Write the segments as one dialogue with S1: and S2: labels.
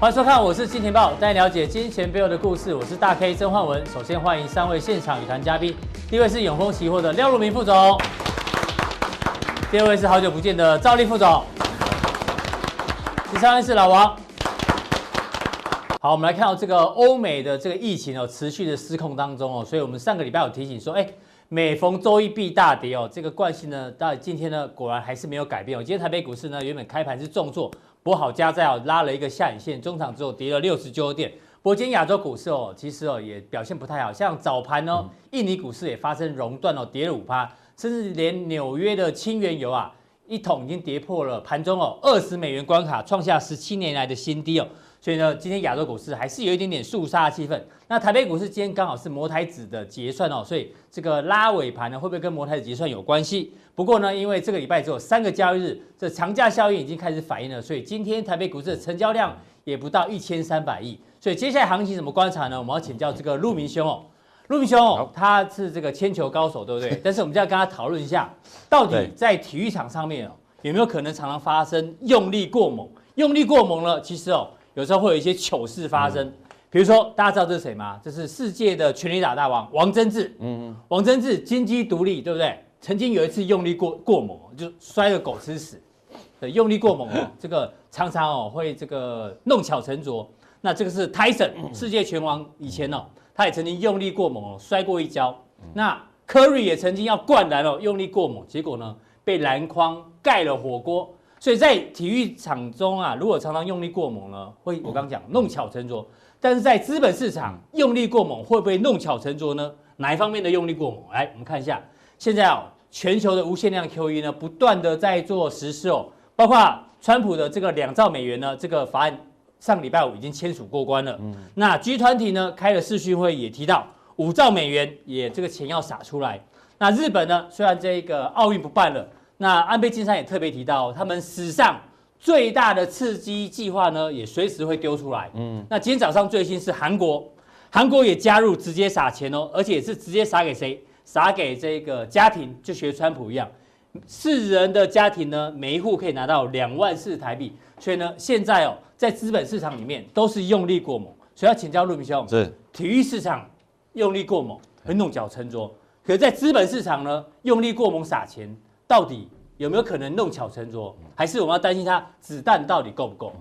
S1: 欢迎收看，我是金钱豹，带你了解金钱背后的故事。我是大 K 曾焕文。首先欢迎三位现场语坛嘉宾，第一位是永丰期货的廖如明副总，第二位是好久不见的赵丽副总，第三位是老王。好，我们来看到这个欧美的这个疫情哦，持续的失控当中哦，所以我们上个礼拜有提醒说，哎，每逢周一必大跌哦，这个惯性呢，到今天呢，果然还是没有改变哦。今天台北股市呢，原本开盘是重挫，不过好加在哦，拉了一个下影线，中场之后跌了六十九点。不过今天亚洲股市哦，其实哦也表现不太好，像早盘哦，印尼股市也发生熔断哦，跌了五趴，甚至连纽约的清原油啊，一桶已经跌破了盘中哦二十美元关卡，创下十七年来的新低哦。所以呢，今天亚洲股市还是有一点点肃杀的气氛。那台北股市今天刚好是摩台指的结算哦，所以这个拉尾盘呢，会不会跟摩台指结算有关系？不过呢，因为这个礼拜只有三个交易日，这长假效应已经开始反应了，所以今天台北股市的成交量也不到一千三百亿。所以接下来行情怎么观察呢？我们要请教这个陆明兄哦。陆明兄哦，他是这个铅球高手，对不对？但是我们就要跟他讨论一下，到底
S2: 对
S1: 在体育场上面哦，有没有可能常常发生用力过猛？用力过猛了，其实哦，有时候会有一些糗事发生。比如说，大家知道这是谁吗？这是世界的拳击打大王王贞治。嗯，王贞治金鸡独立，对不对？曾经有一次用力过过猛，就摔个狗吃屎。对，用力过猛哦，这个常常哦会这个弄巧成拙。那这个是 Tyson 世界拳王以前哦，他也曾经用力过猛哦，摔过一跤。那 Curry 也曾经要灌篮哦，用力过猛，结果呢被篮筐盖了火锅。所以在体育场中啊，如果常常用力过猛呢，会我刚讲弄巧成拙。但是在资本市场用力过猛，会不会弄巧成拙呢？哪一方面的用力过猛？来，我们看一下，现在哦，全球的无限量 QE 呢，不断的在做实施哦，包括川普的这个两兆美元呢，这个法案上礼拜五已经签署过关了。那 G 团体呢开了视讯会也提到，五兆美元也这个钱要撒出来。那日本呢，虽然这个奥运不办了，那安倍晋三也特别提到，他们史上最大的刺激计划呢，也随时会丢出来。嗯，那今天早上最新是韩国，韩国也加入直接撒钱哦，而且也是直接撒给谁？撒给这个家庭，就学川普一样，四人的家庭呢，每一户可以拿到两万四台币。所以呢，现在哦，在资本市场里面都是用力过猛，所以要请教陆明兄，
S2: 是
S1: 体育市场用力过猛会弄巧成拙，可是在资本市场呢，用力过猛撒钱，到底有没有可能弄巧成拙？还是我们要担心它子弹到底够不够？
S2: 哦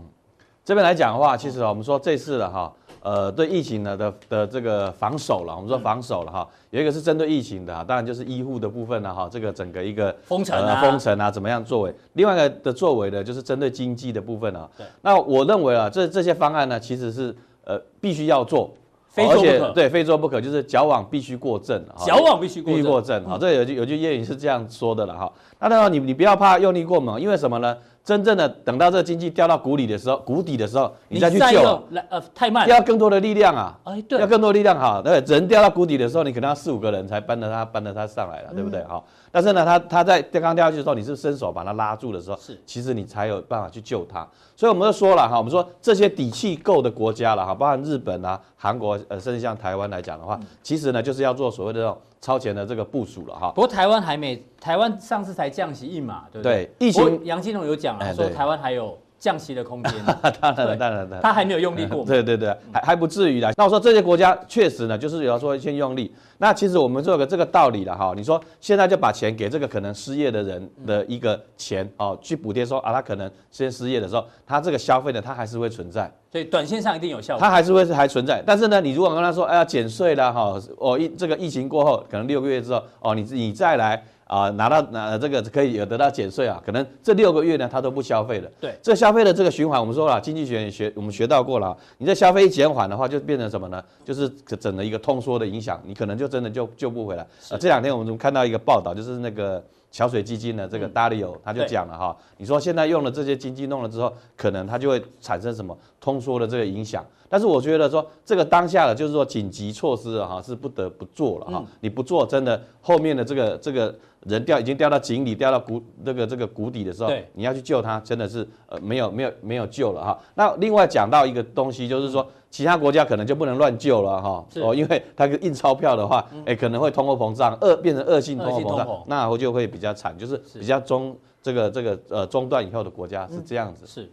S2: 这边来讲的话，其实啊我们说这次的哈，呃，对疫情呢的的这个防守了，我们说防守了哈，有一个是针对疫情的哈，当然就是医护的部分了哈，这个整个一个
S1: 封城啊
S2: 封城啊，怎么样作为？另外一个的作为呢，就是针对经济的部分啊
S1: 对。
S2: 那我认为啊，这这些方案呢，其实是呃必须要做，
S1: 非做不可
S2: 而且对，非做不可，就是矫枉必须过正啊。
S1: 矫枉必须过
S2: 必须
S1: 正
S2: 过。正哈，这有句有句谚语是这样说的了哈。那当然你你不要怕用力过猛，因为什么呢？真正的等到这个经济掉到谷底的时候，谷底的时候，你再去救啊，
S1: 又来呃太慢了，
S2: 要更多的力量啊。
S1: 哎对
S2: 要，更多力量哈，对，人掉到谷底的时候，你可能要四五个人才搬得他搬得他上来了，对不对？好，但是呢，他他在刚刚掉下去的时候，你是伸手把他拉住的时候，
S1: 是
S2: 其实你才有办法去救他。所以我们就说了哈，我们说这些底气够的国家了哈，包含日本啊、韩国，呃，甚至像台湾来讲的话，其实呢就是要做所谓的这种超前的这个部署了哈
S1: 不。过台湾还没，台湾上次才降息一码，对不对？
S2: 对疫情
S1: 不过杨金龙有讲了，
S2: 哎
S1: 说
S2: 对
S1: 台湾还有降息的 空间，
S2: 当然
S1: 对
S2: 了，当然了。
S1: 他还没有用力过猛。
S2: 对对对，还还不至于啦。那我说这些国家确实呢，就是有说先用力。那其实我们这个这个道理了哈，你说现在就把钱给这个可能失业的人的一个钱哦，去补贴说啊，他可能先失业的时候，他这个消费呢，他还是会存在。
S1: 所以短线上一定有效果。
S2: 它还是会还存在。但是呢，你如果跟他说，哎呀，减税啦，哈，哦，疫这个疫情过后，可能六个月之后，哦，你你再来啊、拿到拿这个可以有得到减税啊，可能这六个月呢，他都不消费了。
S1: 对
S2: 这消费的这个循环，我们说了，经济学也学我们学到过了啊，你这消费一减缓的话，就变成什么呢？就是整的一个通缩的影响，你可能就真的就救不回来。呃，这两天我们看到一个报道，就是那个。桥水基金的这个达里欧他就
S1: 嗯对
S2: 讲了哈，你说现在用了这些经济弄了之后，可能它就会产生什么通缩的这个影响。但是我觉得说这个当下的就是说紧急措施啊哈是不得不做了
S1: 嗯
S2: 哈，你不做真的后面的这个这个人掉已经掉到井里掉到谷这个这个谷底的时候
S1: 对，
S2: 你要去救他真的是呃没有没有没有救了哈。那另外讲到一个东西就是说。其他国家可能就不能乱救了哈，
S1: 是嗯
S2: 哦，因为它印钞票的话，哎、可能会通货膨胀，恶变成恶性通货
S1: 恶性
S2: 膨
S1: 通
S2: 胀
S1: 膨，
S2: 那就会比
S1: 嗯
S2: 较惨，就是比较中这个这个呃中断以后的国家是这样子。
S1: 是。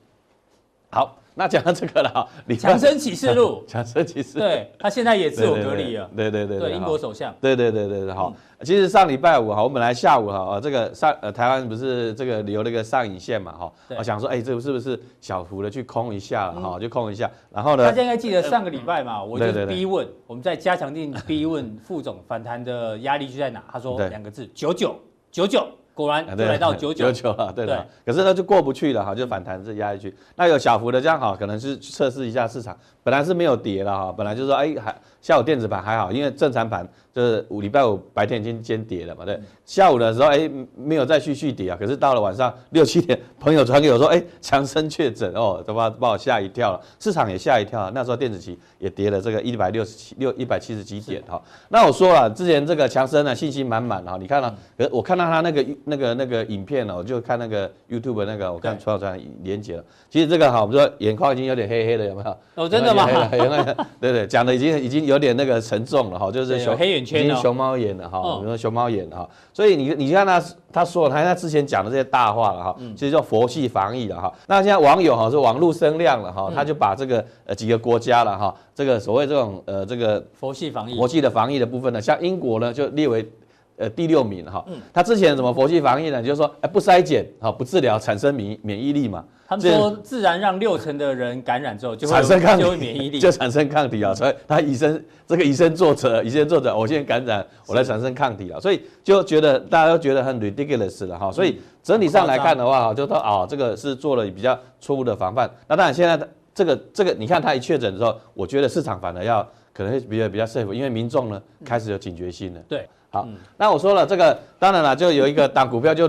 S2: 好，那讲到这个了哈，李
S1: 强生启示录
S2: ，强生其实
S1: 对他现在也自我隔离了，
S2: 对对对
S1: 对英国嗯
S2: 哈
S1: 首相，
S2: 对对对对对，好。其实上礼拜五哈，我本来下午哈，呃，这个上呃台湾不是这个留了个上影线嘛哈，
S1: 对嗯
S2: 我想说，哎，这是不是小幅的去空一下了哈，就空一下，然后呢
S1: 大，家应该记得上个礼拜嘛，我就
S2: 嗯对
S1: 是
S2: 对
S1: 逼问，我们在加强定逼问副总反弹的压力就在哪？他说
S2: 嗯对
S1: 两个字：九九九九。果然
S2: 啊
S1: 就
S2: 对
S1: 来到九九
S2: 九九，九了，对的。可是它就过不去了哈，就反弹是压下去。那有小幅的这样哈，可能是去测试一下市场。本来是没有跌了哈，本来就是说哎还下午电子盘还好，因为正常盘就是五礼拜五白天已经先跌了嘛，对。下午的时候哎没有再续续跌啊，可是到了晚上六七点，朋友传给我说哎强生确诊哦，都把把我吓一跳了，市场也吓一跳啊。那时候电子期也跌了这个一百六十七六一百七十几点哈。那我说了，之前这个强生呢信心满满哈，你看到、可我看到他那个那个那个影片哦，我就看那个 YouTube 那个，我看
S1: 对
S2: 传传连接了。其实这个哈，我们说眼眶已经有点黑黑了，有没有？
S1: 哦，真的吗？
S2: 有点黑了有点黑对对，讲的已经已经有点那个沉重了哈，就是
S1: 对有
S2: 熊
S1: 黑眼圈哦
S2: 已经熊猫眼了哈，
S1: 嗯
S2: 我们说熊猫眼哈，所以你你看他他说了他他之前讲的这些大话了
S1: 嗯
S2: 哈，其实叫佛系防疫了哈。那现在网友哈是网络声量了
S1: 嗯
S2: 哈，他就把这个呃几个国家了哈，这个所谓这种呃这个
S1: 佛系防疫
S2: 佛，系的防疫的部分呢，像英国呢就列为呃第六名哈。
S1: 嗯
S2: 他之前怎么佛系防疫呢？就是说，哎、不筛检，哈，不治疗，产生免免疫力嘛，
S1: 他们
S2: 这
S1: 说自然让六成的人感染之后就会
S2: 产生抗体，
S1: 就会免疫力，
S2: 就产生抗体啊。所以他以身这个以身作则，以身作则，我现在感染，我来产生抗体了，啊所以就觉得大家都觉得很 ridiculous
S1: 嗯
S2: 了哈。所以整体上来看的话，哈，就说哦，这个是做了比较错误的防范。那当然现在。这个这个，你看他一确诊之后，我觉得市场反而要可能会比较比较 safe，因为民众呢
S1: 嗯
S2: 开始有警觉性了。
S1: 对，
S2: 好，那我说了这个，当然了，就有一个当股票就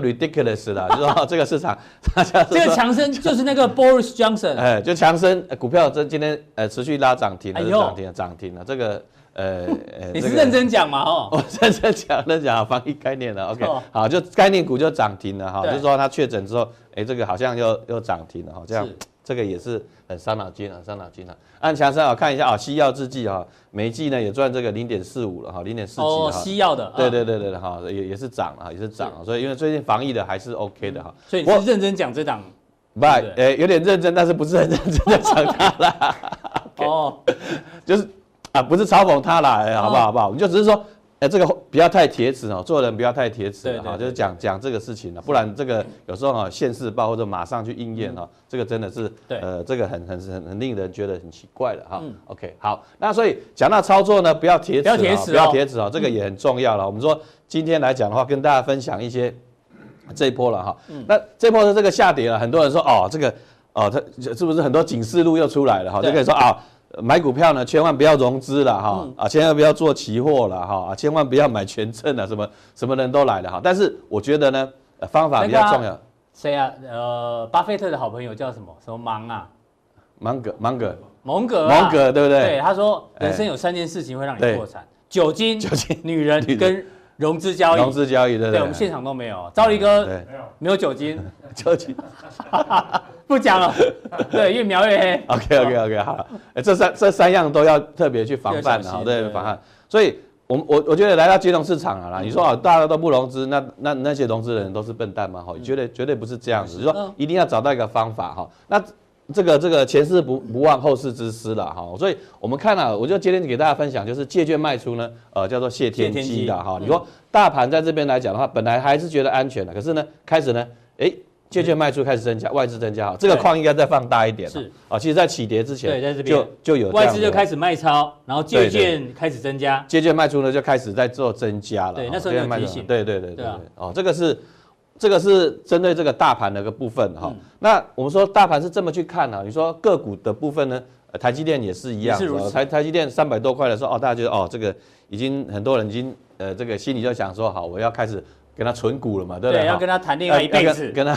S2: ridiculous 了，就是说这个市场大家都
S1: 这个
S2: 说，
S1: 强生就是那个 Boris Johnson，
S2: 哎，就强生呃股票这今天呃持续拉涨停了，
S1: 哎呦
S2: 涨停了，啊涨停了，这个呃 呃，
S1: 你
S2: 这
S1: 是
S2: 个
S1: 认真讲嘛？哦，
S2: 我认真讲，认真讲防疫概念了。OK，啊
S1: 哦
S2: 好，就概念股就涨停了哈，
S1: 对
S2: 就是说它确诊之后，哎，这个好像又又涨停了哈，这样
S1: 是
S2: 这个也是很伤脑筋啊，伤脑筋啊。按强生啊，看一下啊，西药制剂哈，每一剂呢也赚这个零点四五了哈，零点四几
S1: 哦，
S2: 了哈。
S1: 西药的，
S2: 对
S1: 啊，
S2: 对对对，对哈，也也是涨了哈，也是涨了，所以因为最近防疫的还是 OK 的哈。
S1: 所以你
S2: 我
S1: 是认真讲这档
S2: 不，
S1: 对
S2: 呃，有点认真，但是不是很认真的讲他啦，
S1: 哦，
S2: 就是啊，不是嘲讽他啦，哎好不
S1: 哦
S2: 好？好不好？我们就只是说，哎，这个不要太铁齿哦，做人不要太铁齿
S1: 对
S2: 了
S1: 对
S2: 哈，
S1: 对嗯
S2: 就是讲讲这个事情了，不然这个有时候啊，现世报或者马上去应验哈，这个真的是，
S1: 对
S2: 呃，这个很很很很令人觉得很奇怪了哈
S1: 嗯。
S2: OK，好，那所以讲到操作呢，不要铁齿
S1: 不要
S2: 哦，
S1: 铁齿
S2: 不要
S1: 哦
S2: 铁齿哦，这个也很重要了。我们说今天来讲的话，跟大家分享一些。这一波了哈。
S1: 嗯
S2: 那这波的这个下跌了，很多人说哦，这个哦，它是不是很多警示录又出来了哈？
S1: 对
S2: 就可以说啊。买股票呢，千万不要融资了哈、
S1: 嗯
S2: 啊，千万不要做期货了哈啊，千万不要买权证啊了，什么什么人都来了哈。但是我觉得呢，呃方法比较
S1: 那个啊
S2: 重要。
S1: 谁啊？呃，巴菲特的好朋友叫什么？什么芒啊？
S2: 芒格，芒格，
S1: 蒙格啊，
S2: 芒格，对不
S1: 对，
S2: 对？
S1: 他说
S2: 哎
S1: 人生有三件事情会让你
S2: 对
S1: 破产：酒精、
S2: 酒精
S1: 女人
S2: 女人
S1: 跟融资交
S2: 融
S1: 易。
S2: 资交易，对不对？
S1: 对，我们现场都没有。赵力哥
S2: 对，
S1: 没有酒精，
S2: 交易。
S1: 不讲 了。对，越描越黑。
S2: OK OK OK，好了，哎这三这三样都要特别去防范
S1: 要小
S2: 啊，
S1: 心
S2: 对
S1: 对嗯
S2: 防范。所以，我们我我觉得来到金融市场了啦，你说啊，大家都不融资，那那那些融资人都是笨蛋吗？哈，绝对绝对不是这样子，就是说
S1: 嗯
S2: 一定要找到一个方法哈。那这个这个前事不不忘后事之师了哈，所以我们看了、我就今天给大家分享，就是借券卖出呢，呃，叫做谢天
S1: 谢天
S2: 机
S1: 机嗯
S2: 的哈。你说大盘在这边来讲的话，本来还是觉得安全的，可是呢，开始呢，哎，借券卖出开始增加，外资增加哈，这个
S1: 对
S2: 框应该再放大一点。
S1: 是
S2: 啊，其实，在起跌之前，
S1: 对在这边
S2: 就就有
S1: 外资就开
S2: 始
S1: 始卖超，然后借
S2: 对对
S1: 券开始增加。
S2: 借券卖出呢，就开始在做增加了。
S1: 对
S2: 哦
S1: 那时候有
S2: 借券卖出
S1: 提醒
S2: 对对对对
S1: 对
S2: 对
S1: 啊，
S2: 哦，这个是这个是针对这个大盘的一个部分
S1: 嗯
S2: 哈。那我们说大盘是这么去看啊，你说个股的部分呢，呃台积电也是一样，
S1: 也是如
S2: 哦
S1: 此
S2: 台台积电三百多块的时候，哦，大家觉得哦，这个已经很多人已经呃这个心里就想说，好，我要开始跟他存股了嘛，对不对？
S1: 对，要
S2: 哈
S1: 跟他谈恋爱一辈子。
S2: 跟跟他，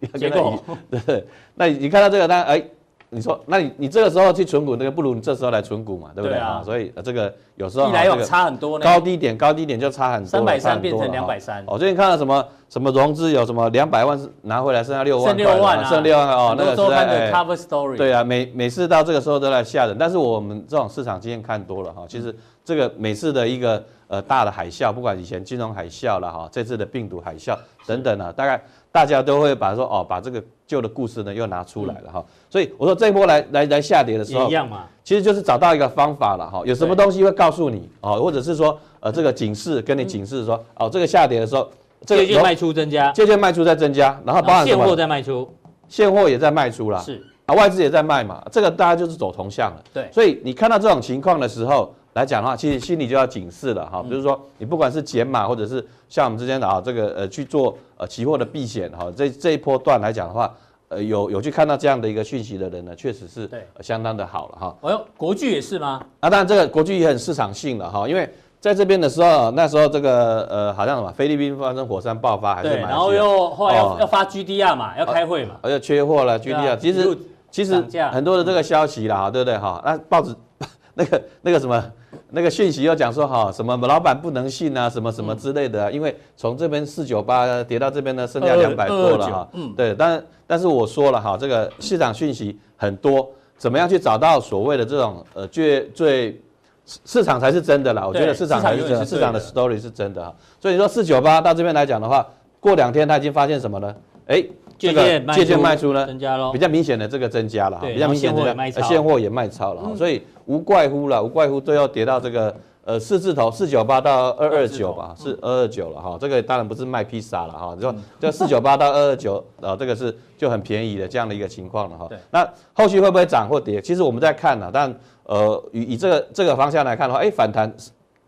S2: 要跟
S1: 结
S2: 他
S1: 果
S2: 一对，那你你看到这个，那哎，你说，那你你这个时候去存股，那个不如你这时候来存股嘛，对不对
S1: 对啊
S2: 所以呃这个有时候
S1: 一来
S2: 哈这
S1: 往
S2: 个
S1: 差很多呢。
S2: 高低点，高低点就差很多了，
S1: 330
S2: 差很多了
S1: 变成
S2: 哈
S1: 230
S2: 哦，最近看到什么什么融资有什么两百万是拿回来剩下六万
S1: 剩
S2: 块
S1: 六
S2: 了
S1: 万啊，
S2: 剩六万哦，那个
S1: 很多周刊
S2: 哎
S1: 的 cover story，
S2: 对啊，每每次到这个时候都来吓人，但是我们这种市场经验看多了哈，其实这个每次的一个呃大的海啸，不管以前金融海啸了哈，这次的病毒海啸等等啊，大概大家都会把说哦，把这个旧的故事呢又拿出来了哈、所以我说这一波来来来下跌的时
S1: 也
S2: 候
S1: 一，样嘛，
S2: 其实就是找到一个方法了哈，有什么
S1: 对
S2: 东西会告诉你哦，或者是说呃这个警示跟你警示说、哦这个下跌的时候，这个
S1: 借券卖出增加，
S2: 借券卖出在增加，然后
S1: 然
S2: 包
S1: 后
S2: 含什
S1: 现货
S2: 么？
S1: 再卖出，
S2: 现货也在卖出啦。
S1: 是
S2: 啊，外资也在卖嘛，这个大家就是走同向了。
S1: 对
S2: 所以你看到这种情况的时候来讲的话，其实心里就要警示了哈。比如说，你不管是减码，或者是像我们之前的啊这个呃去做呃期货的避险哈，这这一波段来讲的话，呃有有去看到这样的一个讯息的人呢，确实是
S1: 对
S2: 呃相当的好了哈。
S1: 哎呦，国巨也是吗？
S2: 啊，当然这个国际也很市场性了哈，因为。在这边的时候，那时候这个呃，好像什么菲律宾发生火山爆发，还是
S1: 对，
S2: 马来西亚
S1: 然后又后来要
S2: 哦
S1: 要发 GDR 嘛，要开会嘛，
S2: 而且缺货了，居
S1: 对
S2: 地啊，其
S1: 一
S2: 实
S1: 路
S2: 其实
S1: 涨价嗯
S2: 很多的这个消息啦，对不对哈？那报纸 那个那个什么那个讯息又讲说哈，什么老板不能信啊，什么
S1: 嗯
S2: 什么之类的啊、因为从这边四九八跌到这边呢，剩下
S1: 二
S2: 两百多了
S1: 229
S2: 哈。
S1: 嗯
S2: 对，但但是我说了哈，这个市场讯息很多，怎么样去找到所谓的这种呃最最市市场才是真的啦，我觉得
S1: 对
S2: 市场才是真的，市
S1: 市
S2: 场
S1: 场永
S2: 的
S1: 远
S2: story 是真的哈。所以你说四九八到这边来讲的话，过两天他已经发现什么呢？哎，这
S1: 借
S2: 个
S1: 券卖
S2: 借券
S1: 出
S2: 卖出呢，
S1: 增加喽
S2: 比，较明显的这个增加了哈，
S1: 对
S2: 比较明显的
S1: 然后现货也卖超嗯
S2: 呃现货也卖超了哈，所以无怪乎了，无怪乎最后跌到这个呃四字头四九八到二二
S1: 二字
S2: 九
S1: 头嗯
S2: 吧，是二二九了哈，这个当然不是卖披萨了哈，就说这四九八到二二九 啊，这个是就很便宜的这样的一个情况了哈
S1: 对。
S2: 那后续会不会涨或跌？其实我们在看呢，啊但呃以以这个这个方向来看的话，哎反弹，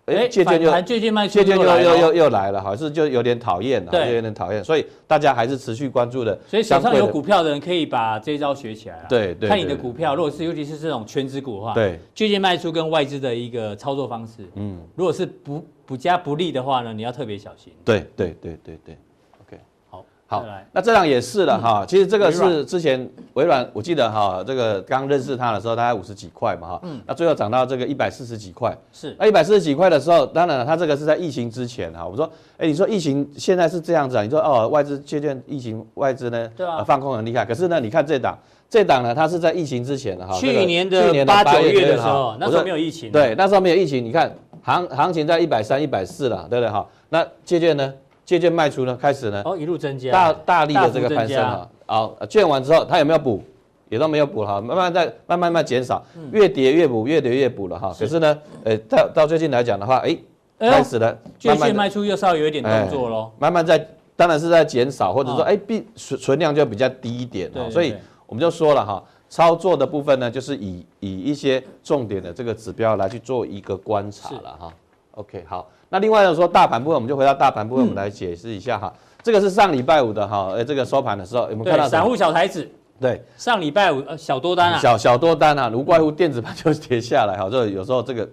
S2: 哎借券
S1: 反
S2: 就
S1: 弹借券卖出
S2: 借券又
S1: 来
S2: 又
S1: 咯
S2: 又又来了，好像是就有点讨厌了，
S1: 对
S2: 就有点讨厌，所以大家还是持续关注的
S1: 所以手
S2: 相
S1: 上
S2: 对
S1: 有
S2: 的，
S1: 股票的人可以把这一招学起来啊。
S2: 对对
S1: 看你
S2: 对
S1: 的股票，如果是尤其是这种全职股的话，，
S2: 对，
S1: 借券卖出跟外资的一个操作方式，
S2: 嗯。
S1: 如果是不不加不利的话呢，你要特别小心。
S2: 对对对对对，OK，
S1: 好，
S2: 好
S1: 再来，嗯
S2: 那这样也是了哈。其实这个
S1: 微
S2: 是之前微软，我记得哈，这个刚认识它的时候大概五十几块嘛哈，
S1: 嗯
S2: 那最后涨到这个一百四十几块。
S1: 是
S2: 那一百四十几块的时候，当然了，它这个是在疫情之前哈。我说，哎，你说疫情现在是这样子啊？你说哦，外资借券疫情外资呢，
S1: 对啊
S2: 呃放空很厉害。可是呢，你看这档，这档呢，它是在疫情之前的哈，这个
S1: 去年的八九月的时候，那时候没有疫情，，啊
S2: 对，那时候没有疫情，你看行行情在一百三、一百四了，对不对哈？那借券呢？借券卖出呢？开始呢？
S1: 哦，一路增加，
S2: 大大力的这个
S1: 大幅增
S2: 攀升
S1: 加
S2: 哈，好，券完之后它有没有补？也都没有补哈，慢慢在慢慢慢慢减少，
S1: 嗯
S2: 越跌越补，越跌越补了哈。可是呢，呃，到到最近来讲的话，哎，
S1: 哎
S2: 开
S1: 呦，
S2: 始了，
S1: 借
S2: 慢慢
S1: 券
S2: 地
S1: 卖出又稍微有一点动作喽，
S2: 慢慢在，当然是在减少，或者说
S1: 哦
S2: 哎，必存存量就比较低一点
S1: 对对
S2: 哈。哎所以
S1: 对
S2: 我们就说了哈，操作的部分呢，就是以以一些重点的这个指标来去做一个观察了哈。OK，好，那另外呢说大盘部分，我们就回到大盘
S1: 嗯
S2: 部分，我们来解释一下哈。这个是上礼拜五的哈，呃，这个收盘的时候，有没有看到
S1: 对，
S2: 什么
S1: 散户小台子，
S2: 对
S1: 上礼拜五呃小多单啊，
S2: 小小多单啊，无怪乎电子盘就跌下来哈，就有时候这个，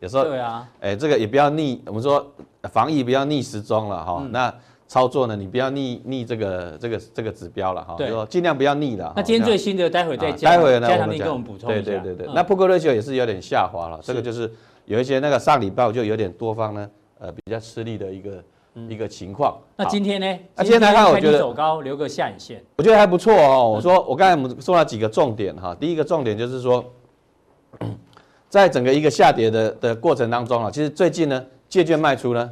S2: 有时候
S1: 对啊，
S2: 哎，这个也不要逆，我们说防疫不要逆时钟了
S1: 嗯
S2: 哈。那操作呢，你不要逆逆这个这个这个指标了哈，
S1: 对
S2: 就说尽量不要逆了哈。
S1: 那今天
S2: 这
S1: 最
S2: 样
S1: 新的，待会再
S2: 啊
S1: 加，
S2: 待会呢，
S1: 加
S2: 我
S1: 强
S2: 们
S1: 力
S2: 讲
S1: 跟我们补充一
S2: 对
S1: 下。
S2: 对对对，
S1: 嗯
S2: 那 p o k e ratio 也是有点下滑了，这个
S1: 是
S2: 就是有一些那个上礼拜我就有点多方呢，呃，比较吃力的一个一个情况。
S1: 嗯那
S2: 好
S1: 今天呢？
S2: 那今天来看我
S1: 开低
S2: 觉得
S1: 走高留个下影线，
S2: 我觉得还不错
S1: 嗯
S2: 哦。我说，我刚才我们说了几个重点哈，第一个重点就是说， 在整个一个下跌的的过程当中啊，其实最近呢，借券卖出呢，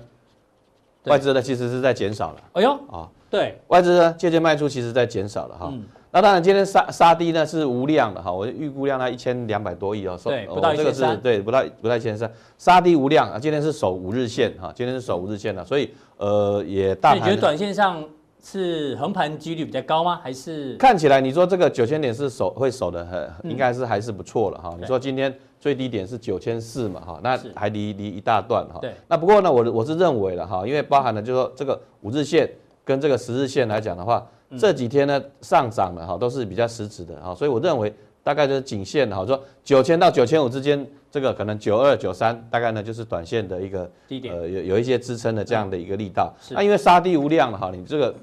S1: 对
S2: 外资呢其实是在减少了
S1: 哎呦，
S2: 啊，
S1: 对，
S2: 外资呢借券卖出其实在减少了哈。
S1: 嗯
S2: 那当然，今天杀杀低呢是无量的哈，我预估量呢一千两百多亿哦，收
S1: 对
S2: 哦
S1: 不到
S2: 这个
S1: 1300
S2: 是对不到不到一千三，杀低无量啊，今天是守五日线哈，今天是守五日线了，所以呃也
S1: 那
S2: 大盘
S1: 你
S2: 呢
S1: 觉得短线上是横盘几率比较高吗？还是嗯
S2: 看起来你说这个九千点是守会守的很，应该是还是不错了哈。
S1: 对
S2: 你说今天最低点是九千四嘛哈，那
S1: 是
S2: 还离离一大段哈
S1: 对。
S2: 那不过呢，我我是认为了哈，因为包含了就是说这个五日线跟这个十日线来讲的话，
S1: 嗯
S2: 这几天呢上涨了哈，都是比较实质的哈，所以我认为大概就是颈线哈，说九千到九千五之间，这个可能九二九三大概呢就是短线的一个
S1: 低点？
S2: 呃，有有一些支撑的这样的一个力道。
S1: 是
S2: 那、因为杀低无量了哈，你这个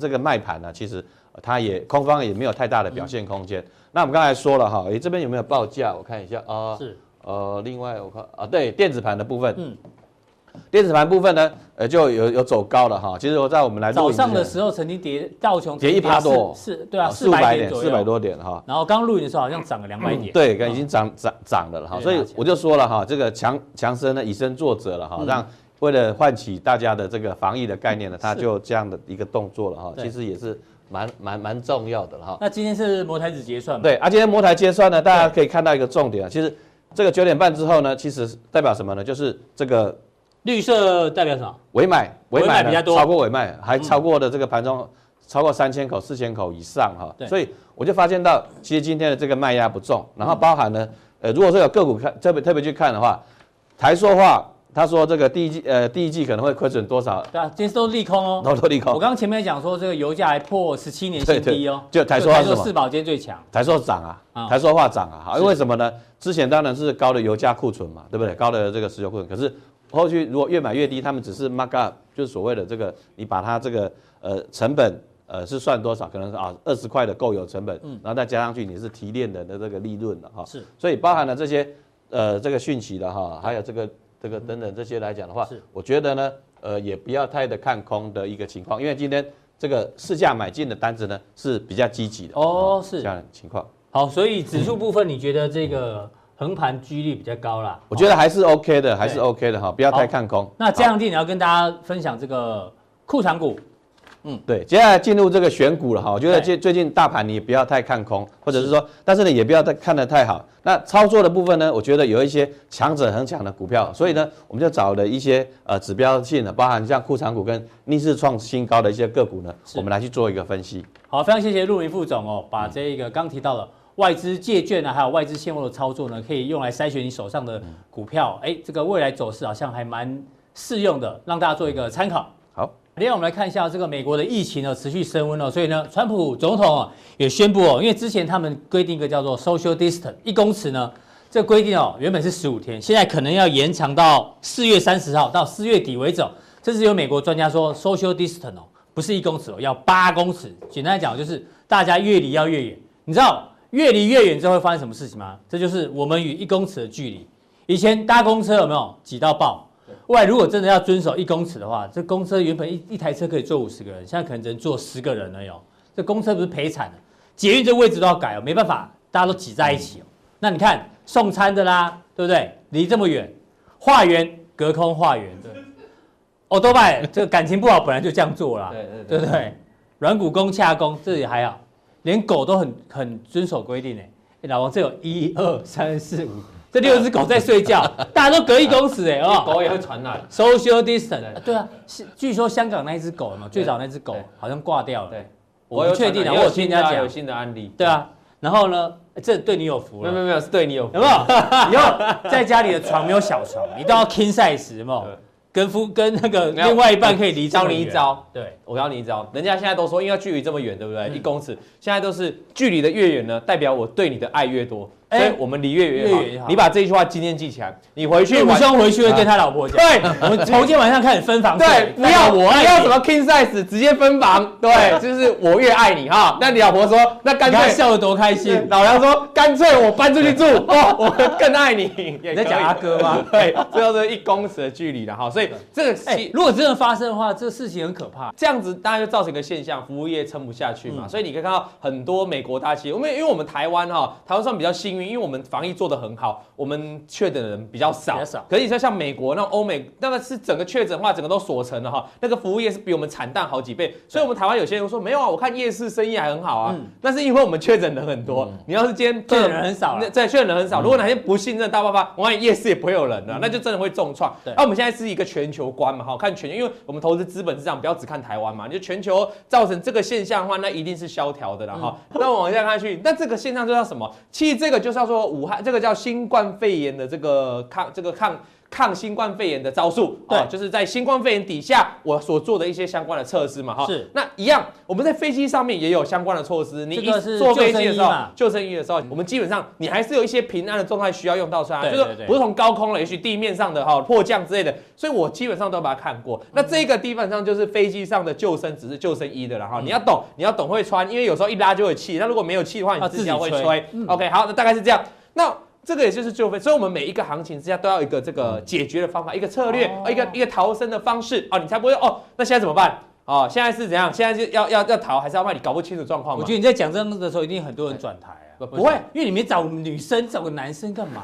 S2: 这个卖盘呢、其实呃它也空方也没有太大的表现空间。那我们刚才说了哈，诶，这边有没有报价？我看一下啊，
S1: 是
S2: 呃，另外我看啊，对，电子盘的部分，
S1: 嗯
S2: 电子盘部分呢，呃，就有有走高了哈。其实我在我们来录
S1: 早
S2: 影之前
S1: 上的时候曾经跌道琼
S2: 跌一趴多
S1: 是，对啊，
S2: 哦
S1: 四百点
S2: 点，
S1: 左
S2: 四百
S1: 右。
S2: 多点哈。
S1: 然后刚录影的时候好像涨了两百点，
S2: 嗯
S1: 啊
S2: 对，已经涨涨涨了了哈，
S1: 对
S2: 所以
S1: 了解
S2: 我就说了哈，这个强强生呢以身作则了
S1: 嗯
S2: 哈，让为了唤起大家的这个防疫的概念呢，他就这样的一个动作了哈，
S1: 对
S2: 其实也是蛮蛮蛮重要的了哈。
S1: 哦那今天是摩台子结算嘛？
S2: 对，啊，今天摩台结算呢，大家可以看到一个重点啊，其实这个九点半之后呢，其实代表什么呢？就是这个
S1: 绿色代表什么？
S2: 尾买
S1: 尾买
S2: 呢
S1: 比较多嗯
S2: 超过尾卖，还超过了这个盘中、超过三千口、四千口以上哈
S1: 对，
S2: 所以我就发现到，其实今天的这个卖压不重，然后包含呢，呃，如果说有个股看特别特别去看的话，台塑化他说这个第一季呃第一季可能会亏损多少，
S1: 对啊，今天都是利空 哦。
S2: 劳多利
S1: 我
S2: 空，
S1: 刚刚前面讲说这个油价还破十七年新低哦，
S2: 对对就台塑化是什么
S1: 四宝今天最强，
S2: 台塑涨啊，
S1: 啊
S2: 台塑化涨啊，好，
S1: 是
S2: 因为什么呢？之前当然是高的油价库存嘛，对不对？高的这个石油库存，可是后续如果越买越低，他们只是 mark up，就是所谓的这个，你把它这个呃成本呃是算多少？可能是啊二十块的购油成本，
S1: 嗯
S2: 然后再加上去你是提炼人的这个利润了哈，
S1: 是
S2: 所以包含了这些呃这个讯息的哈，还有这个这个等等这些来讲的话
S1: 是，
S2: 我觉得呢，呃也不要太的看空的一个情况，因为今天这个市价买进的单子呢是比较积极的
S1: 哦
S2: 啊
S1: 是
S2: 这样的情况。
S3: 好，所以指数部分你觉得这个横盘几率比较高啦？
S2: 我觉得还是 OK 的，还是 OK 的哈，不要太看空。
S1: 哦那这样定你要跟大家分享这个库藏股，
S2: 对，接下来进入这个选股了哈，我觉得
S1: 对
S2: 最最近大盘你也不要太看空，或者是说，但是呢也不要太看得太好。那操作的部分呢，我觉得有一些强者恒强的股票，所
S1: 嗯
S2: 以呢，我们就找了一些呃指标性的，包含像库藏股跟逆势创新高的一些个股呢，
S1: 是
S2: 我们来去做一个分析。
S1: 好，非常谢谢陆明副总哦，把这个刚提到的外资借券啊，还有外资现货的操作呢，可以用来筛选你手上的股票，哎，这个未来走势好像还蛮适用的，让大家做一个参考。
S2: 好，
S1: 另外，我们来看一下这个美国的疫情呢持续升温哦，所以呢，川普总统哦也宣布哦，因为之前他们规定一个叫做 social distance 一公尺呢，这个规定哦原本是十五天，现在可能要延长到四月三十号到四月底为止、哦。甚至有美国专家说，social distance 哦不是一公尺哦，要八公尺。简单来讲就是大家越离要越远，你知道越离越远之后会发生什么事情吗？这就是我们与一公尺的距离。以前搭公车有没有挤到爆？未来如果真的要遵守一公尺的话，这公车原本一一台车可以坐五十个人，现在可能只能坐十个人而已、哦。这公车不是赔惨了，捷运这位置都要改哦，没办法，大家都挤在一起哦。那你看送餐的啦，对不对？离这么远，化缘隔空化缘，对。哦，多拜，这个感情不好本来就这样做啦，
S3: 对
S1: 对
S3: 对
S1: 不对？软骨功、洽功，这也还好，连狗都很很遵守规定呢。诶老王，这有一二三四五，这六只狗在睡 觉，大家都隔一公尺哎哦，
S3: 狗也会传染。
S1: social distance，
S3: 对
S1: 对啊，是据说香港那一只狗嘛，最早那只狗
S3: 对
S1: 好像挂掉了，
S3: 对，
S1: 我不确定啊，
S3: 也
S1: 我有听
S3: 新
S1: 人
S3: 的
S1: 家
S3: 啊有
S1: 讲，
S3: 新的案例。
S1: 对啊，然后呢，这对你有福
S3: 没有，
S1: 了
S3: 没。有没有，是对你有
S1: 有没有？以后在家里的床没有小床，一定要 king size，有没有
S3: 对？
S1: 跟夫跟那个
S3: 没有
S1: 另外一半可以离这啊么
S3: 教
S1: 远
S3: 你一，招，
S1: 对，
S3: 我教你一招。人家现在都说，因为距离这么远，对不
S1: 嗯
S3: 对？一公尺，现在都是距离的越远呢，代表我对你的爱越多，所以
S1: 哎
S3: 我们离越远
S1: 越
S3: 越
S1: 远越
S3: 好。
S1: 好
S3: 你把这句话今天记起来，你回去
S1: 去武
S3: 晚
S1: 兄回去会跟他老婆讲，
S3: 对
S1: 我们从今天晚上开始分房睡
S3: 对，不
S1: 代
S3: 要
S1: 表我
S3: 不
S1: 爱
S3: 要
S1: 你
S3: 什么 king size，直接分房。对，就是我越爱你哈。那你老婆说，那干
S1: 你看
S3: 脆
S1: 笑得多开心
S3: 对。老梁说：“干脆我搬出去住，哦，我们更爱你。” 你
S1: 你在讲阿哥吗？
S3: 对，最后是一公尺的距离了哈，所以这个
S1: 哎、
S3: 其
S1: 如果真的发生的话，这事情很可怕。
S3: 这样子，大家就造成一个现象，服务业撑不下去嘛。
S1: 嗯
S3: 所以你可以看到很多美国大企业，我们因为我们台湾哈、台湾算比较幸运，因为我们防疫做得很好，我们确诊的人比较少。
S1: 比较少
S3: 可是你说像美国那种欧美，那个是整个确诊化，整个都锁城了哈、那个服务业是比我们惨淡好几倍。所以我们台湾有些人说没有啊，我看夜市生意还很好啊，
S1: 嗯
S3: 那是因为我们确诊人很多。你要是今天
S1: 确诊人很少啦
S3: 那对，确诊人很少。
S1: 嗯
S3: 如果哪天不幸真的大爆发，我万一夜市也不会有人了，那就真的会重创。
S1: 对
S3: 那、我们现在是一个全球观嘛，哈，看全球，因为我们投资资本市场不要只看台湾嘛，你就全球造成这个现象的话，那一定是萧条的啦，哈、
S1: 嗯
S3: 那我们往下看去，那这个现象就叫什么？其实这个就叫做武汉，这个叫新冠肺炎的这个抗这个抗。抗新冠肺炎的招数，
S1: 对
S3: 哦就是在新冠肺炎底下，我所做的一些相关的测试嘛，哈、
S1: 是
S3: 那一样，我们在飞机上面也有相关的措施，你
S1: 这
S3: 一
S1: 个是
S3: 坐飞
S1: 救生
S3: 机的时
S1: 衣
S3: 候
S1: 嘛，
S3: 救生衣的时候，我们基本上你还是有一些平安的状态需要用到出来，
S1: 对
S3: 就是
S1: 对对
S3: 不是从高空了，也许地面上的哈迫降之类的，所以我基本上都把它看
S1: 嗯
S3: 过。那这个地方上就是飞机上的救生，只是救生衣的了
S1: 嗯
S3: 哈，你要懂，你要懂会穿，因为有时候一拉就有气，那如果没有气的话，
S1: 要
S3: 你
S1: 啊自己嗯
S3: 自己要会
S1: 吹
S3: 吹。OK，好，那大概是这样。那这个也就是救飞，所以我们每一个行情之下都要有一个这个解决的方法，一个策略，
S1: 嗯哦
S3: 啊一个一个逃生的方式啊，你才不会哦，那现在怎么办？哦，现在是怎样？现在是要要要逃还是要卖？你搞不清楚状况
S1: 我
S3: 嘛
S1: 觉。得你在讲这样的时候，一定很多人转台啊。
S3: 不
S1: 不会，因为你没找女生，找个男生干 嘛？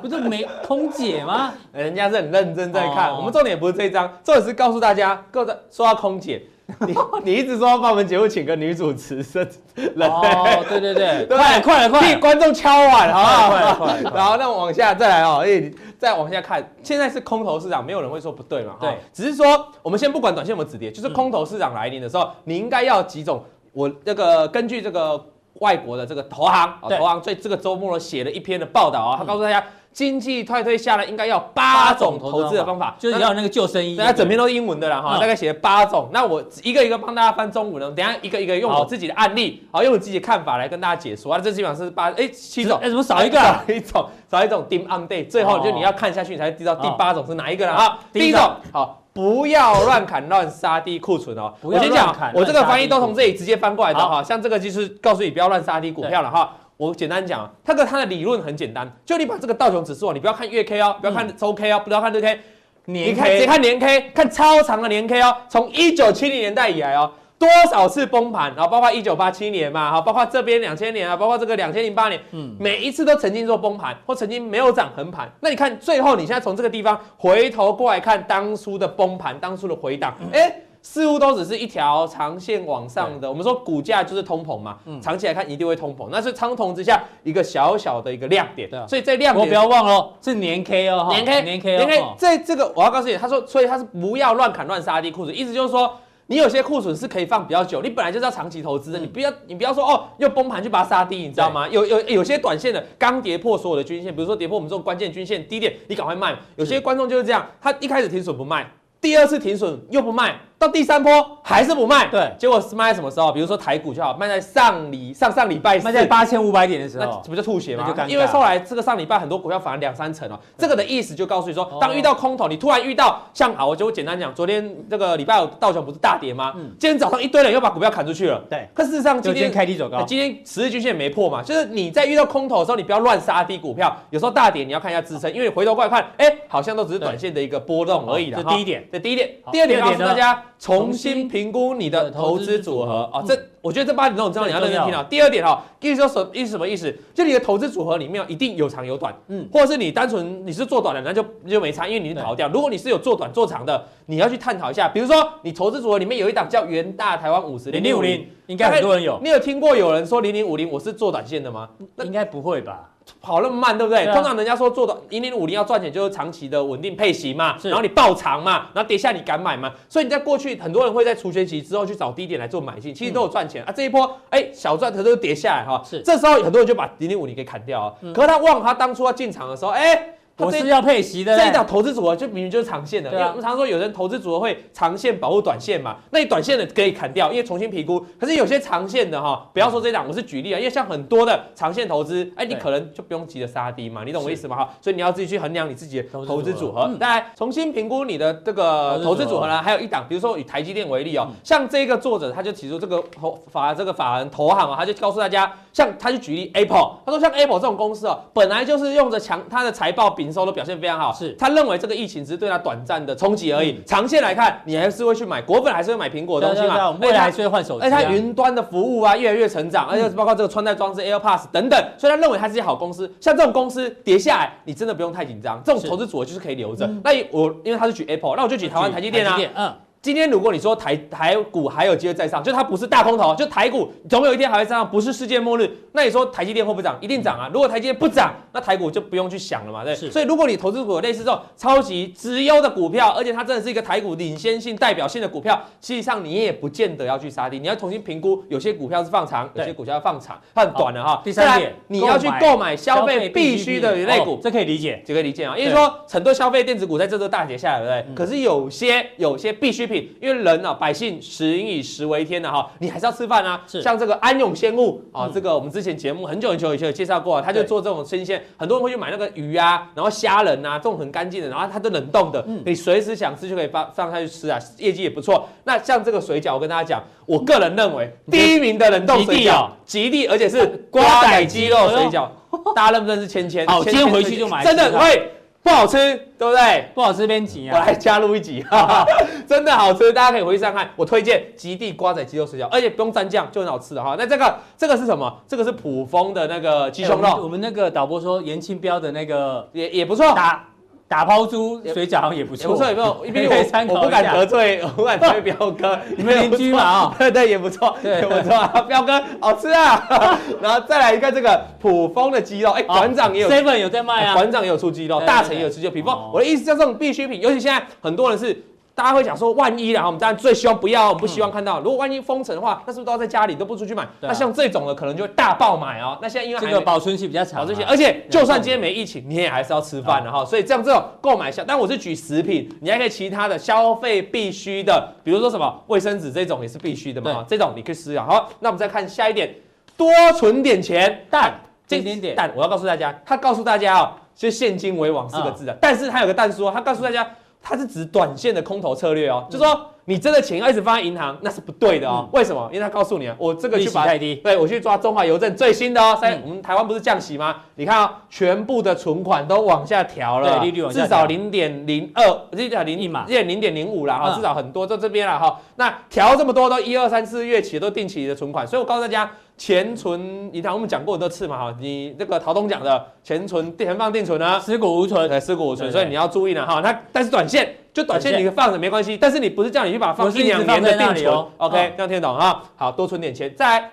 S1: 不是没空姐吗？
S3: 人家是很认真在看，
S1: 哦
S3: 我们重点不是这一章，重点是告诉大家，各位说到空姐，你 你一直说要帮我们节目请个女主持人，人
S1: 哦，对对对，
S3: 对
S1: 快了快了快
S3: 替
S1: 了，
S3: 观众敲碗，好不
S1: 快了
S3: 好？
S1: 快了快了
S3: 然后那往下再来哦，哎、你再往下看，现在是空头市场，没有人会说不对嘛，哈
S1: 对嗯
S3: 只是说我们先不管短线有没有止跌，就是空头市场来临的时候，你应该要几种，我这个根据这个外国的这个投行，哦、
S1: 对嗯
S3: 投行最这个周末写了一篇的报道啊、他告诉大家。经济退退下来，应该要八啊种投资的方法，
S1: 就是要有那个救生衣。
S3: 大家整篇都是英文的啦哈，
S1: 嗯
S3: 大概写了八种。那我一个一个帮大家翻中文了，等一下一个一个用
S1: 好
S3: 我自己的案例，好用我自己的看法来跟大家解说啊。这基本上是八哎七种
S1: 哎，，怎么少一个啊？
S3: 少一种，少一种 dim on day，最后
S1: 哦
S3: 就你要看下去，你才知道第
S1: 哦
S3: 八种是哪一个了
S1: 好
S3: 啊。
S1: 第
S3: 第
S1: 一
S3: 一
S1: 种
S3: 种好。不要乱砍乱杀低库存哦！
S1: 不
S3: 我
S1: 要
S3: 先
S1: 乱
S3: 讲
S1: 砍，
S3: 我这
S1: 乱
S3: 个
S1: 杀
S3: 翻译
S1: 低
S3: 都
S1: 库
S3: 从这里直接翻过来的
S1: 好
S3: 哈。像这个就是告诉你不要乱杀低股票了哈。我简单讲，它跟它的理论很简单，就你把这个道琼指数，哦，你不要看月 K 哦，不要
S1: 嗯
S3: 看周 K 哦，不要看日 K，你
S1: 年
S3: 看，直接
S1: K
S3: 看年 K，看超长的年 K 哦，从一九七零年代以来哦，多少次崩盘，然后包括一九八七年嘛，哈，包括这边两千年啊，包括这个两千零八年，
S1: 嗯
S3: 嗯，每一次都曾经做崩盘，或曾经没有涨横盘。那你看最后，你现在从这个地方回头过来看当初的崩盘，当初的回档，
S1: 嗯
S3: 哎、似乎都只是一条长线往上的。我们说股价就是通膨嘛，
S1: 嗯
S3: 长期来看一定会通膨，那是长同之下一个小小的一个亮点
S1: 对啊。
S3: 所以在亮
S1: 我
S3: 点
S1: 不要忘了哦，是年 K 哦，哈
S3: 年 K
S1: 年 K 哦
S3: 年 K
S1: 哦，
S3: 在这个我要告诉你，他说，所以他是不要乱砍乱杀低库存，意思就是说。你有些库存是可以放比较久，你本来就是要长期投资
S1: 嗯
S3: 的，你不要你不要说哦，又崩盘去把它杀低，你知道吗？有有有些短线的刚跌破所有的均线，比如说跌破我们这种关键均线低点，你赶快卖。有些观众就是这样，他一开始停损不卖，第二次停损又不卖，到第三波还是不卖，
S1: 对
S3: 结果是卖在什么时候？比如说台股就好，卖在上礼上上礼拜四，
S1: 卖在八千五百点的时
S3: 那
S1: 候
S3: 这，不就吐血
S1: 那
S3: 吗
S1: 就尴？尬嗯
S3: 因为后来这个上礼拜很多股票反而两三成哦，这个的意思就告诉你说
S1: 哦，
S3: 当遇到空头，你突然遇到像好，我就简单讲，昨天这个礼拜五道琼不是大跌吗？
S1: 嗯
S3: 今天早上一堆人又把股票砍出去了。
S1: 对，
S3: 可事实上
S1: 就
S3: 今
S1: 今天
S3: 天。
S1: 开低走
S3: 呃
S1: 高，
S3: 今天十日均线没破嘛，就是你在遇到空头的时候，你不要乱杀低股票。有时候大跌你要看一下支撑，因为你回头过来看，哎，好像都只是短线的一个波动而已
S1: 这
S3: 的。
S1: 第一点。
S3: 这第一点
S1: 好，
S3: 第二点
S1: 第二
S3: 告
S1: 点呢
S3: 诉大家
S1: 重
S3: 重
S1: 新
S3: 新评估你的投资组合
S1: 嗯
S3: 哦。这我觉得这八点都很重
S1: 这
S3: 要，你要
S1: 很
S3: 认真
S1: 重
S3: 听
S1: 要
S3: 啊。第二点哈，意思说什意思什么意思？就你的投资组合里面哦一定有长有短，
S1: 嗯
S3: 嗯，或者是你单纯你是做短的，那就那就没差，因为你已经逃掉。如果你是有做短做长的，你要去探讨一下。比如说你投资组合里面有一档叫元大台湾五十
S1: 零
S3: 零
S1: 零
S3: 零
S1: 五
S3: 五
S1: 零
S3: 零，
S1: 应该很多人有，
S3: 你有听过有人说零零五零我是做短线的吗？那
S1: 应该不会吧？
S3: 跑那么慢，对不对？
S1: 对啊
S3: 通常人家说做短零零五零要赚钱，就是长期的稳定配息嘛，
S1: 是
S3: 然后你爆长嘛，然后跌下你敢买嘛。所以你在过去很多人会在除权息之后去找低点来做买进，其实都有赚钱、啊。这一波哎小赚，可是都跌下来哈。
S1: 嗯是嗯
S3: 这时候很多人就把零零五零给砍掉啊。可是他忘了他当初要进场的时候，哎，他
S1: 我
S3: 这
S1: 是要配息的嘞，
S3: 这一档投资组合就明明就是长线的，
S1: 对
S3: 因
S1: 啊
S3: 为我们常说有人投资组合会长线保护短线嘛，那你短线的可以砍掉，因为重新评估。可是有些长线的哈，不要说这一档，我是举例啊，因为像很多的长线投资，哎，你
S1: 对
S3: 可能就不用急着杀低嘛，你懂我意思吗？哈，所以你要自己去衡量你自己的
S1: 嗯投资
S3: 投资
S1: 组
S3: 组
S1: 合
S3: 合
S1: 嗯，
S3: 再来重新评估你的这个
S1: 投
S3: 投
S1: 资
S3: 资
S1: 组合
S3: 组合呢。啊还有一档，比如说以台积电为例
S1: 嗯
S3: 哦，像这个作者他就提出这个投法这个法人投行啊，他就告诉大家，像他就举例 Apple，他说像 Apple 这种公司哦，本来就是用着强它的财报营收都表现非常好，
S1: 是
S3: 他认为这个疫情只是对它短暂的冲击而已，长线来看你还是会去买果粉，还是会买苹果的
S1: 对
S3: 东
S1: 对
S3: 西
S1: 对，
S3: 嘛哎
S1: 我，们未来还是会换手机啊。
S3: 而且它云端的服务啊越来越成
S1: 嗯
S3: 长，而且包括这个穿戴装置 AirPods 等等，所以他认为它是一些好公司。像这种公司跌下来，你真的不用太紧张，这种
S1: 是
S3: 投资组合就是可以留着。那我因为他是举 Apple，那我就举台湾台积电啊。
S1: 嗯，
S3: 今天如果你说台台股还有机会再上，就它不是大空头，就台股总有一天还会上，不是世界末日。那你说台积电会不会涨？一定涨啊！如果台积电不涨，那台股就不用去想了嘛，对。
S1: 嗯是
S3: 所以如果你投资股有类似这种超级直优的股票，而且它真的是一个台股领先性、代表性的股票，实际上你也不见得要去杀低，你要重新评估，有些股票是放长，有
S1: 对
S3: 些股票要放长，它很短的哈。
S1: 第三
S3: 再
S1: 点
S3: 来，你要去购买消费必须的类
S1: 哦
S3: 股，
S1: 这可以理解。嗯
S3: 这个理解啊，因为说很多消费电子股在这周大跌下来，对不对？可是有些有些必需品，因为人啊，百姓食饮以食为天的、啊哈，你还是要吃饭啊。
S1: 是
S3: 像这个安永鲜物啊，
S1: 嗯
S3: 这个我们之前节目很久很久以前有介绍过、啊，他就
S1: 对
S3: 做这种生鲜，很多人会去买那个鱼啊，然后虾仁啊，这种很干净的，然后它都冷冻的，
S1: 嗯
S3: 你随时想吃就可以放放下去吃啊，业绩也不错。那像这个水饺，我跟大家讲，我个人认为第一名的冷冻
S1: 嗯
S3: 水
S1: 极地
S3: 饺
S1: 哦，
S3: 吉利，而且是 瓜仔鸡肉水饺，大家认不认识芊芊？
S1: 好哦今
S3: 芊芊
S1: 天回
S3: 水
S1: 去
S3: 饺
S1: 就买吃
S3: 真的
S1: 它
S3: 会不好吃，对不对？
S1: 不好吃边挤
S3: 我
S1: 啊
S3: 来，加入一集，哈哈 真的好吃，大家可以回去上看。我推荐极地瓜仔鸡肉水饺，而且不用蘸酱就很好吃的哈。那这个这个是什么？这个是普丰的那个鸡
S1: 哎
S3: 胸
S1: 我们我
S3: 肉，
S1: 们那个导播说严庆标的那个
S3: 也也不错，
S1: 打打抛猪水饺好像也不
S3: 哦也
S1: 错，
S3: 不错，也不错。因为
S1: 可以参
S3: 我
S1: 考
S3: 我不
S1: 一
S3: 敢
S1: 下
S3: 得罪， 我不敢得罪彪哥，
S1: 你们邻居嘛啊
S3: 对 对，也不错，
S1: 对
S3: 也不错啊，彪哥好吃啊。 然后再来一个这个普丰的鸡肉，哎，馆长也有
S1: Seven 有在卖
S3: 哎
S1: 啊，
S3: 馆长也有出鸡肉，
S1: 对
S3: 大
S1: 对
S3: 臣也有出鸡肉。比
S1: 哦
S3: 方我的意思，就是这种必需品，尤其现在很多人是。大家会想说，万一啦，我们当然最希望不要，我们不希望看到。如果万一封城的话，那是不是都要在家里都不出去买？
S1: 嗯对啊
S3: 那像这种的，可能就会大爆买哦。那现在因为还
S1: 这
S3: 没
S1: 个保存期比较长
S3: 好
S1: 啊，
S3: 这些，而且就算今天没疫情，你也还是要吃饭啊的哈。所以这样这种购买下，但我是举食品，你还可以其他的消费必须的，比如说什么卫生纸这种也是必须的嘛，
S1: 对
S3: 哈这种你可以吃啊。好，那我们再看下一点，多存点钱，
S1: 蛋
S3: 这
S1: 今天点
S3: 但我要告诉大家，他告诉大家哦，就现金为王四个字的，啊
S1: 啊
S3: 但是他有个但说，他告诉大家，他是指短线的空头策略哦，就说你真的钱要一直放在银行，那是不对的
S1: 嗯
S3: 哦。为什么？因为他告诉你啊，我这个
S1: 利
S3: 去
S1: 息
S3: 把
S1: 太低，
S3: 对我去抓中华邮政最新的哦，三、
S1: 嗯
S3: 我们台湾不是降息吗？你看啊、全部的存款都往下调了，
S1: 对利率往下调
S3: 至少零点零二，至少零
S1: 一码
S3: 零点零五啦哈、
S1: 嗯
S3: 至少很多都这边了哈。那调这么多都一二三四月起都定期的存款，所以我告诉大家，钱存银行我们讲过很多次嘛哈，你那个陶东讲的钱存钱放定存呢，
S1: 尸骨无存，
S3: 对，尸骨无存，
S1: 对对
S3: 所以你要注意了哈。那但是短线就短线
S1: 短
S3: 你放着没关系，但是你不是叫你去把它放
S1: 不是
S3: 一两
S1: 一直放
S3: 年的
S1: 在那
S3: 定
S1: 里
S3: 存、
S1: 哦
S3: o
S1: 嗯
S3: k 这样听得懂哈？好，多存点钱，再来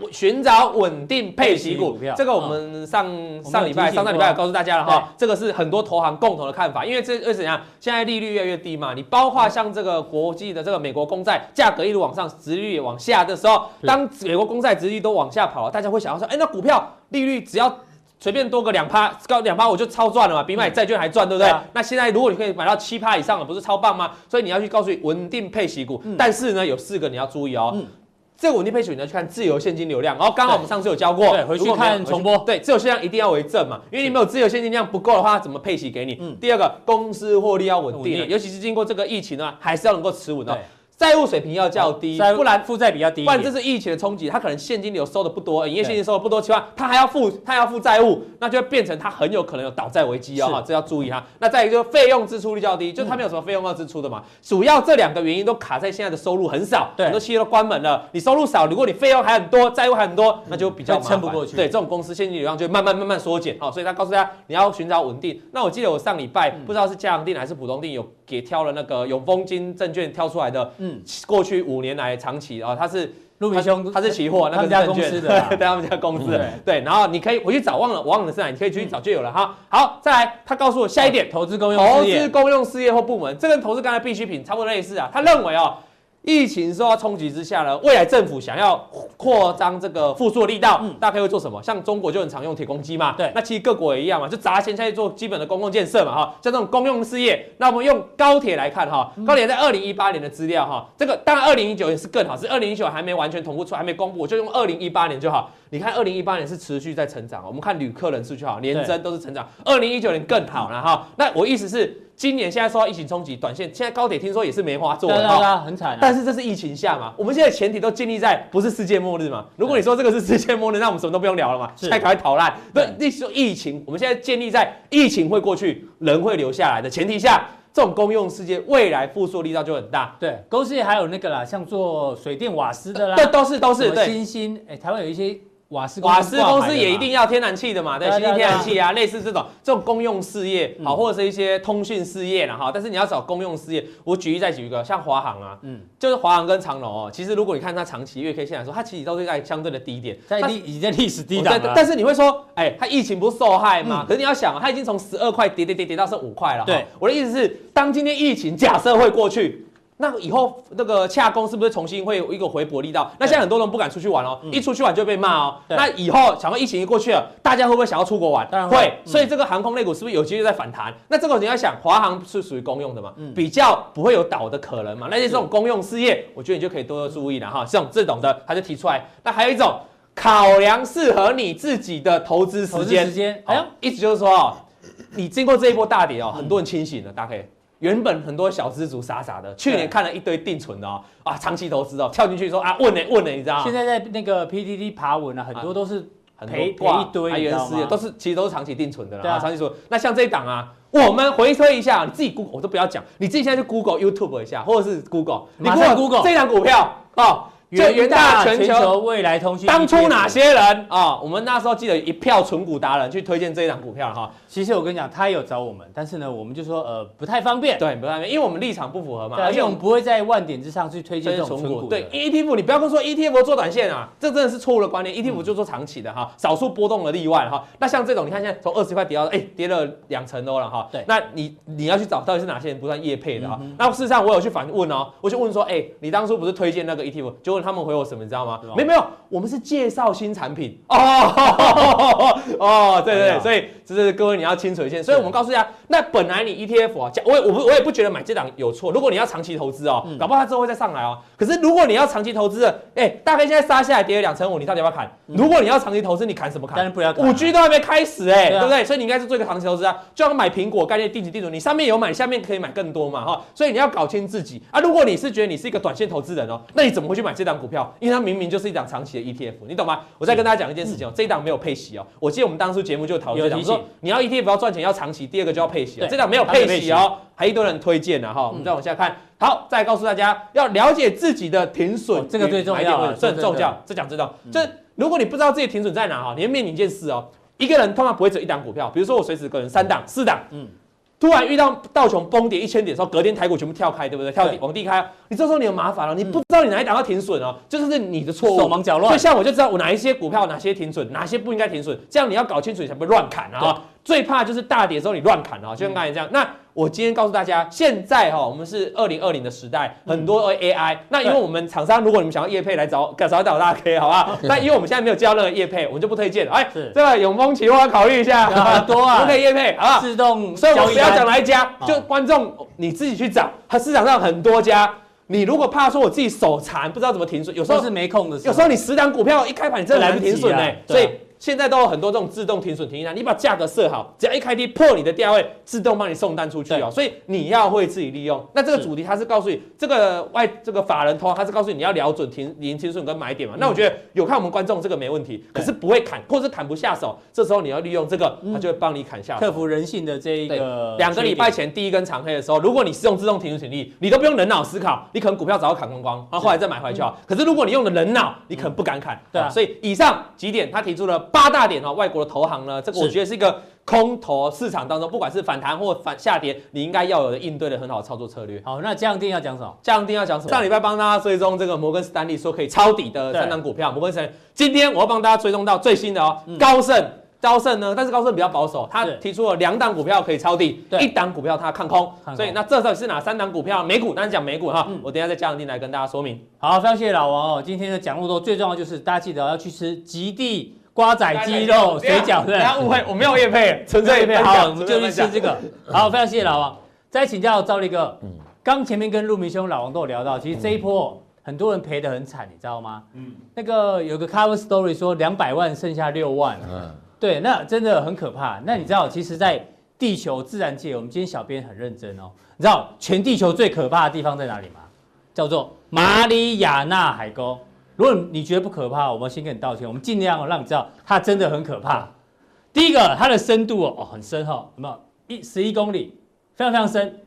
S3: 我寻找稳定配息
S1: 配息
S3: 股
S1: 股票，哦
S3: 这个我们上
S1: 过
S3: 上礼拜上上礼拜有告诉大家了
S1: 对
S3: 哈，这个是很多投行共同的看法，因为这为怎样？现在利率越来越低嘛，你包括像这个国际的这个美国公债价格一路往上，殖利率也往下的时候，
S1: 是
S3: 当美国公债殖利率都往下跑，大家会想要说，哎，那股票利率只要随便多个两趴，高两趴我就超赚了嘛，比买债券还赚，对不对？
S1: 嗯对啊
S3: 那现在如果你可以买到七趴以上了，不是超棒吗？所以你要去告诉你稳定配息股，
S1: 嗯
S3: 但是呢，有四个你要注意哦。
S1: 嗯
S3: 这个稳定配息股你要去看自由现金流量，然哦后刚好我们上次有教过，
S1: 对回去
S3: 如果没有
S1: 看重播
S3: 对，自由现金流量一定要为正嘛，因为你没有自由现金流量不够的话，它怎么配息给你？
S1: 嗯
S3: 第二个，公司获利要稳
S1: 稳
S3: 定，啊
S1: 定
S3: 尤其是经过这个疫情呢，还是要能够持稳哦
S1: 对。
S3: 债务水平要较低，
S1: 再
S3: 不然
S1: 负债比较低一
S3: 不然这
S1: 点，
S3: 是疫情的冲击，他可能现金流收的不多，营业
S1: 对
S3: 现金收的不多，情况他还要付他还要付债务，那就会变成他很有可能有倒债危机哦，
S1: 是嗯
S3: 哈这要注意哈。那再一个就是费用支出率较低，就是他没有什么费用要支出的嘛，主要这两个原因都卡在现在的收入很少，
S1: 对
S3: 很多企业都关门了，你收入少，如果你费用还很多，债务还很多，那就比较麻烦
S1: 撑不过去
S3: 对，这种公司现金流量就会慢慢慢慢缩减，好，所以他告诉大家你要寻找稳定。那我记得我上礼拜
S1: 嗯
S3: 不知道是嘉阳定还是浦东定有给挑了那个永丰金证券挑出来的
S1: 嗯，
S3: 过去五年来长期啊，它是。
S1: 陆明兄
S3: 他是期货，那
S1: 他们
S3: 个是
S1: 家
S3: 证
S1: 公
S3: 券
S1: 司的啦啊
S3: 对，他们家公司的
S1: 嗯
S3: 对。然后你可以回去找，忘了我忘了是哪，你可以去找就有了哈。好，再来，他告诉我下一点，
S1: 投资公用
S3: 投
S1: 事
S3: 资
S1: 业
S3: 公用事业或部门，这跟投资刚才必需品差不多类似啊。他认为哦，疫情受到冲击之下呢，未来政府想要扩张这个复苏的力道，
S1: 嗯
S3: 大概会做什么？像中国就很常用铁公鸡嘛，
S1: 对
S3: 那其实各国也一样嘛，就砸钱下去做基本的公共建设嘛，哈，像这种公用事业，那我们用高铁来看哈，
S1: 嗯
S3: 高铁在二零一八年的资料哈，这个当然二零一九也是更好，是二零一九还没完全同步出来，还没公布，我就用二零一八年就好。你看二零一八年是持续在成长，我们看旅客人数就好，年增都是成长，二零一九年更好了哈。那我意思是。今年现在受到疫情冲击，短线现在高铁听说也是梅花座
S1: 对啊对
S3: 了
S1: 啊
S3: 哈
S1: 对，啊，很惨啊，
S3: 但是这是疫情下嘛，我们现在前提都建立在不是世界末日嘛。如果你说这个是世界末日，那我们什么都不用聊了嘛，
S1: 是
S3: 现在赶快逃烂。
S1: 对
S3: 对，那时候疫情，我们现在建立在疫情会过去，人会留下来的前提下，这种公用世界未来复苏力道就很大。
S1: 对公司业还有那个啦，像做水电瓦斯的啦，
S3: 这都是都是
S1: 什么
S3: 对。
S1: 新兴，哎，台湾有一些瓦斯
S3: 瓦斯公司也一定
S1: 要
S3: 要天然气的嘛，对，
S1: 对啊
S3: 新
S1: 对啊
S3: 兴天然气啊，类似这种这种公用事业，好，
S1: 嗯
S3: 或者是一些通讯事业啦哈。但是你要找公用事业，我举一再举一个，像华航啊，
S1: 嗯，
S3: 就是华航跟长荣哦，其实如果你看它长期月 K 线来说，它其实都是在相对的低点，
S1: 在
S3: 它
S1: 历已经在历史低
S3: 我
S1: 档啊
S3: 在
S1: 了，
S3: 但是你会说，哎、它疫情不是受害吗？可是你要想，它已经从十二块跌跌跌跌到剩五块了。
S1: 对
S3: 哈，我的意思是，当今天疫情假设会过去，那以后那个洽公是不是重新会有一个回驳力道？那现在很多人不敢出去玩哦，一出去玩就被骂哦。
S1: 嗯对
S3: 那以后想说疫情一过去了，大家会不会想要出国玩？
S1: 当然会
S3: 会。
S1: 嗯
S3: 所以这个航空类股是不是有机会在反弹？那这个你要想，华航是属于公用的嘛
S1: 嗯，
S3: 比较不会有倒的可能嘛。那些这种公用事业，我觉得你就可以多多注意了哈。像这种的，他就提出来。那还有一种考量适合你自己的投资
S1: 投
S3: 时
S1: 资
S3: 间
S1: 时。间，哎
S3: 哎呦
S1: 呦，，
S3: 意思就是说哦，你经过这一波大跌哦，很多人清醒了，大概原本很多小资族傻傻的，去年看了一堆定存的哦，啊，长期投资哦，跳进去说啊，问呢问呢，你知道吗
S1: 现在在那个 PDD 爬文啊，很多都是
S3: 很多
S1: 赔赔
S3: 挂
S1: 一堆，
S3: 啊
S1: 你知
S3: 原
S1: 道
S3: 始也
S1: 吗
S3: 都？是其实都是长期定存的啦，
S1: 对啊
S3: 啊长期说，那像这一档啊。我们回推一下，你自己 Google 我都不要讲，你自己现在去 Google、YouTube 一下，或者是 Google，你
S1: 马上 Google
S3: 这一档股票哦，就元大全球
S1: 未来通讯，
S3: 当初哪？些人啊、我们那时候记得一票纯股达人去推荐这一档股票了哈，
S1: 其实我跟你讲，他也有找我们，但是呢，我们就说呃不太方便，
S3: 对，不太，因为我们立场不符合嘛，
S1: 对啊，
S3: 而
S1: 因
S3: 且
S1: 为
S3: 我
S1: 我们
S3: 们
S1: 不会在万点之上去推荐
S3: 这
S1: 这
S3: 是
S1: 种
S3: 纯
S1: 纯
S3: 股。
S1: 股。
S3: 对，ETF 你不要跟我说 ETF 做短线啊，这真的是错误的观念。ETF
S1: 嗯
S3: 就做长期的哈，少数波动的例外哈。那像这种，你看现在从二十块跌到哎跌了两成多了哈。
S1: 对嗯
S3: 那你你要去找到底是哪些人不算业配的哈？那事实上我有去反问哦，我去问说，哎，你当初不是推荐那个 E ETF？结果他们回我什么，你知道吗
S1: 是吗？哦
S3: 没有没有，我们是介绍新产品哦哦，对对
S1: 哎
S3: 对，
S1: 呀
S3: 所以这是各位你要清楚一些。所以我们告诉大家，那本来你 ETF 啊，讲我也我不我也不觉得买这档有错。如果你要长期投资
S1: 嗯
S3: 哦，搞不好它之后会再上来哦。可是如果你要长期投资的，哎，大概现在杀下来跌了两成五，你到底要不要砍？如果你要长期投资，你砍什么
S1: 嗯当然
S3: 砍？
S1: 不要砍啊
S3: 五 G 都还没开始哎、
S1: 对啊
S3: 对不对？所以你应该是做一个长期投资啊，就像买苹果概念定级定主，你上面有买，下面可以买更多嘛哈。所以你要搞清自己啊。如果你是觉得你是一个短线投资人哦，那你怎么会去买这档股票？因为它明明就是一档长期的 ETF，你懂吗？我再跟大家讲一件事情哦，这一档没有配息哦。我记得我们当初节目就讨论这档，
S1: 有提醒
S3: 说你要 ETF 要赚钱要长期，第二个就要配息、哦
S1: 对，
S3: 这档没有配息哦，还一堆人推荐呢、哈。我们再往下看，好，再告诉大家要了解自己的停损、
S1: 哦这个最重要啊
S3: 买点位置这很
S1: 这真嗯
S3: 重
S1: 的
S3: 要。这讲这道，就是如果你不知道自己停损在哪哈，你会面临一件事哦。一个人通常不会只有一档股票，比如说我随时可能三档、四档，
S1: 嗯
S3: 嗯，突然遇到道琼崩跌一千点的时候，隔天台股全部跳开，对不对？跳
S1: 对嗯
S3: 地往地开，你这时候你有麻烦了，你不知道你哪一档要停损哦，这就是你的错误。
S1: 手忙脚
S3: 所以
S1: 乱，
S3: 像我就知道我哪一些股票哪些停损，哪些不应该停损，这样你要搞清楚，你才不会乱砍啊哈。最怕就是大跌之后你乱砍
S1: 嗯
S3: 啊，就像刚才这样。那我今天告诉大家，现在哈、我们是二零二零的时代，
S1: 嗯
S3: 很多 AI、那因为我们厂商，如果你们想要业配来找，找找大家可以，好不 好？那因为我们现在没有接到任何业配，我们就不推荐了。哎
S1: 是，
S3: 这个永丰期货考虑一下，
S1: 很 多 啊
S3: 不可以业配，好不好？
S1: 自动
S3: 所以我
S1: 交
S3: 们
S1: 易
S3: 不要讲
S1: 单。啊
S3: 哪一家，
S1: 好
S3: 就观众你自己去找，市场上很多家。你如果怕说我自己手残，不知道怎么停损，有时候
S1: 都是没空的时
S3: 有
S1: 候，
S3: 时候你十档股票一开盘，你真的来不停损呢、
S1: 来不及啊对啊
S3: 所以现在都有很多这种自动停损停利单，你把价格设好，只要一开低破你的价位，自动帮你送单出去哦。所以你要会自己利用。那这个
S1: 是
S3: 主题它是告诉你，这个外这个法人投行它是告诉你你要瞄准停零停损跟买点嘛。
S1: 嗯
S3: 那我觉得有看我们观众这个没问题，可是不会砍或者是砍不下手，这时候你要利用这个，
S1: 嗯
S3: 它就会帮你砍下手。
S1: 克服人性的这一个
S3: 两个礼拜
S1: 缺
S3: 前第一根长黑的时候，如果你是用自动停损力，你都不用人脑思考，你可能股票早就砍光光，然后后来再买回去啊。可是如果你用了人脑，你可能不敢砍。
S1: 嗯对啊
S3: 好所以以上几点他提出了八大点哦，外国的投行呢，这个我
S1: 是
S3: 觉得是一个空头市场当中，不管是反弹或反下跌，你应该要有的应对的很好的操作策略
S1: 点。。好，那这样一定要讲什么？
S3: 这样一定要讲什么？上礼拜帮大家追踪这个摩根斯丹利说可以抄底的三档股票，摩根斯丹利。今天我要帮大家追踪到最新的哦，高盛。高盛呢？但是高盛比较保守，他
S1: 嗯是
S3: 提出了两档股票可以抄底
S1: 对，
S3: 一档股票他看空，
S1: 看空嗯
S3: 所以那这到底是哪三档股票？美股，当然讲美股哈，我等一下再加上进来跟大家说明。
S1: 好，非常谢谢老王哦。今天的讲路多，最重要就是大家记得要去吃极地瓜仔鸡肉水饺，
S3: 不要
S1: 对
S3: 误会，我没有叶配，纯粹叶配。
S1: 好，我们就去
S3: 是
S1: 吃 这个。好，非常谢谢老王。再请教赵力哥，刚前面跟陆明兄、老王都有聊到，其实这一波很多人赔得很惨，你知道吗？嗯，那个有个 cover story 说两百万剩下六万，
S2: 嗯，
S1: 对，那真的很可怕。那你知道，其实，在地球自然界，我们今天小编很认真哦。你知道全地球最可怕的地方在哪里吗？叫做马里亚纳海沟。如果你觉得不可怕，我们先跟你道歉，我们尽量让你知道它真的很可怕。第一个，它的深度哦哦很深哈、哦，有没有一十一公里，非常非常深。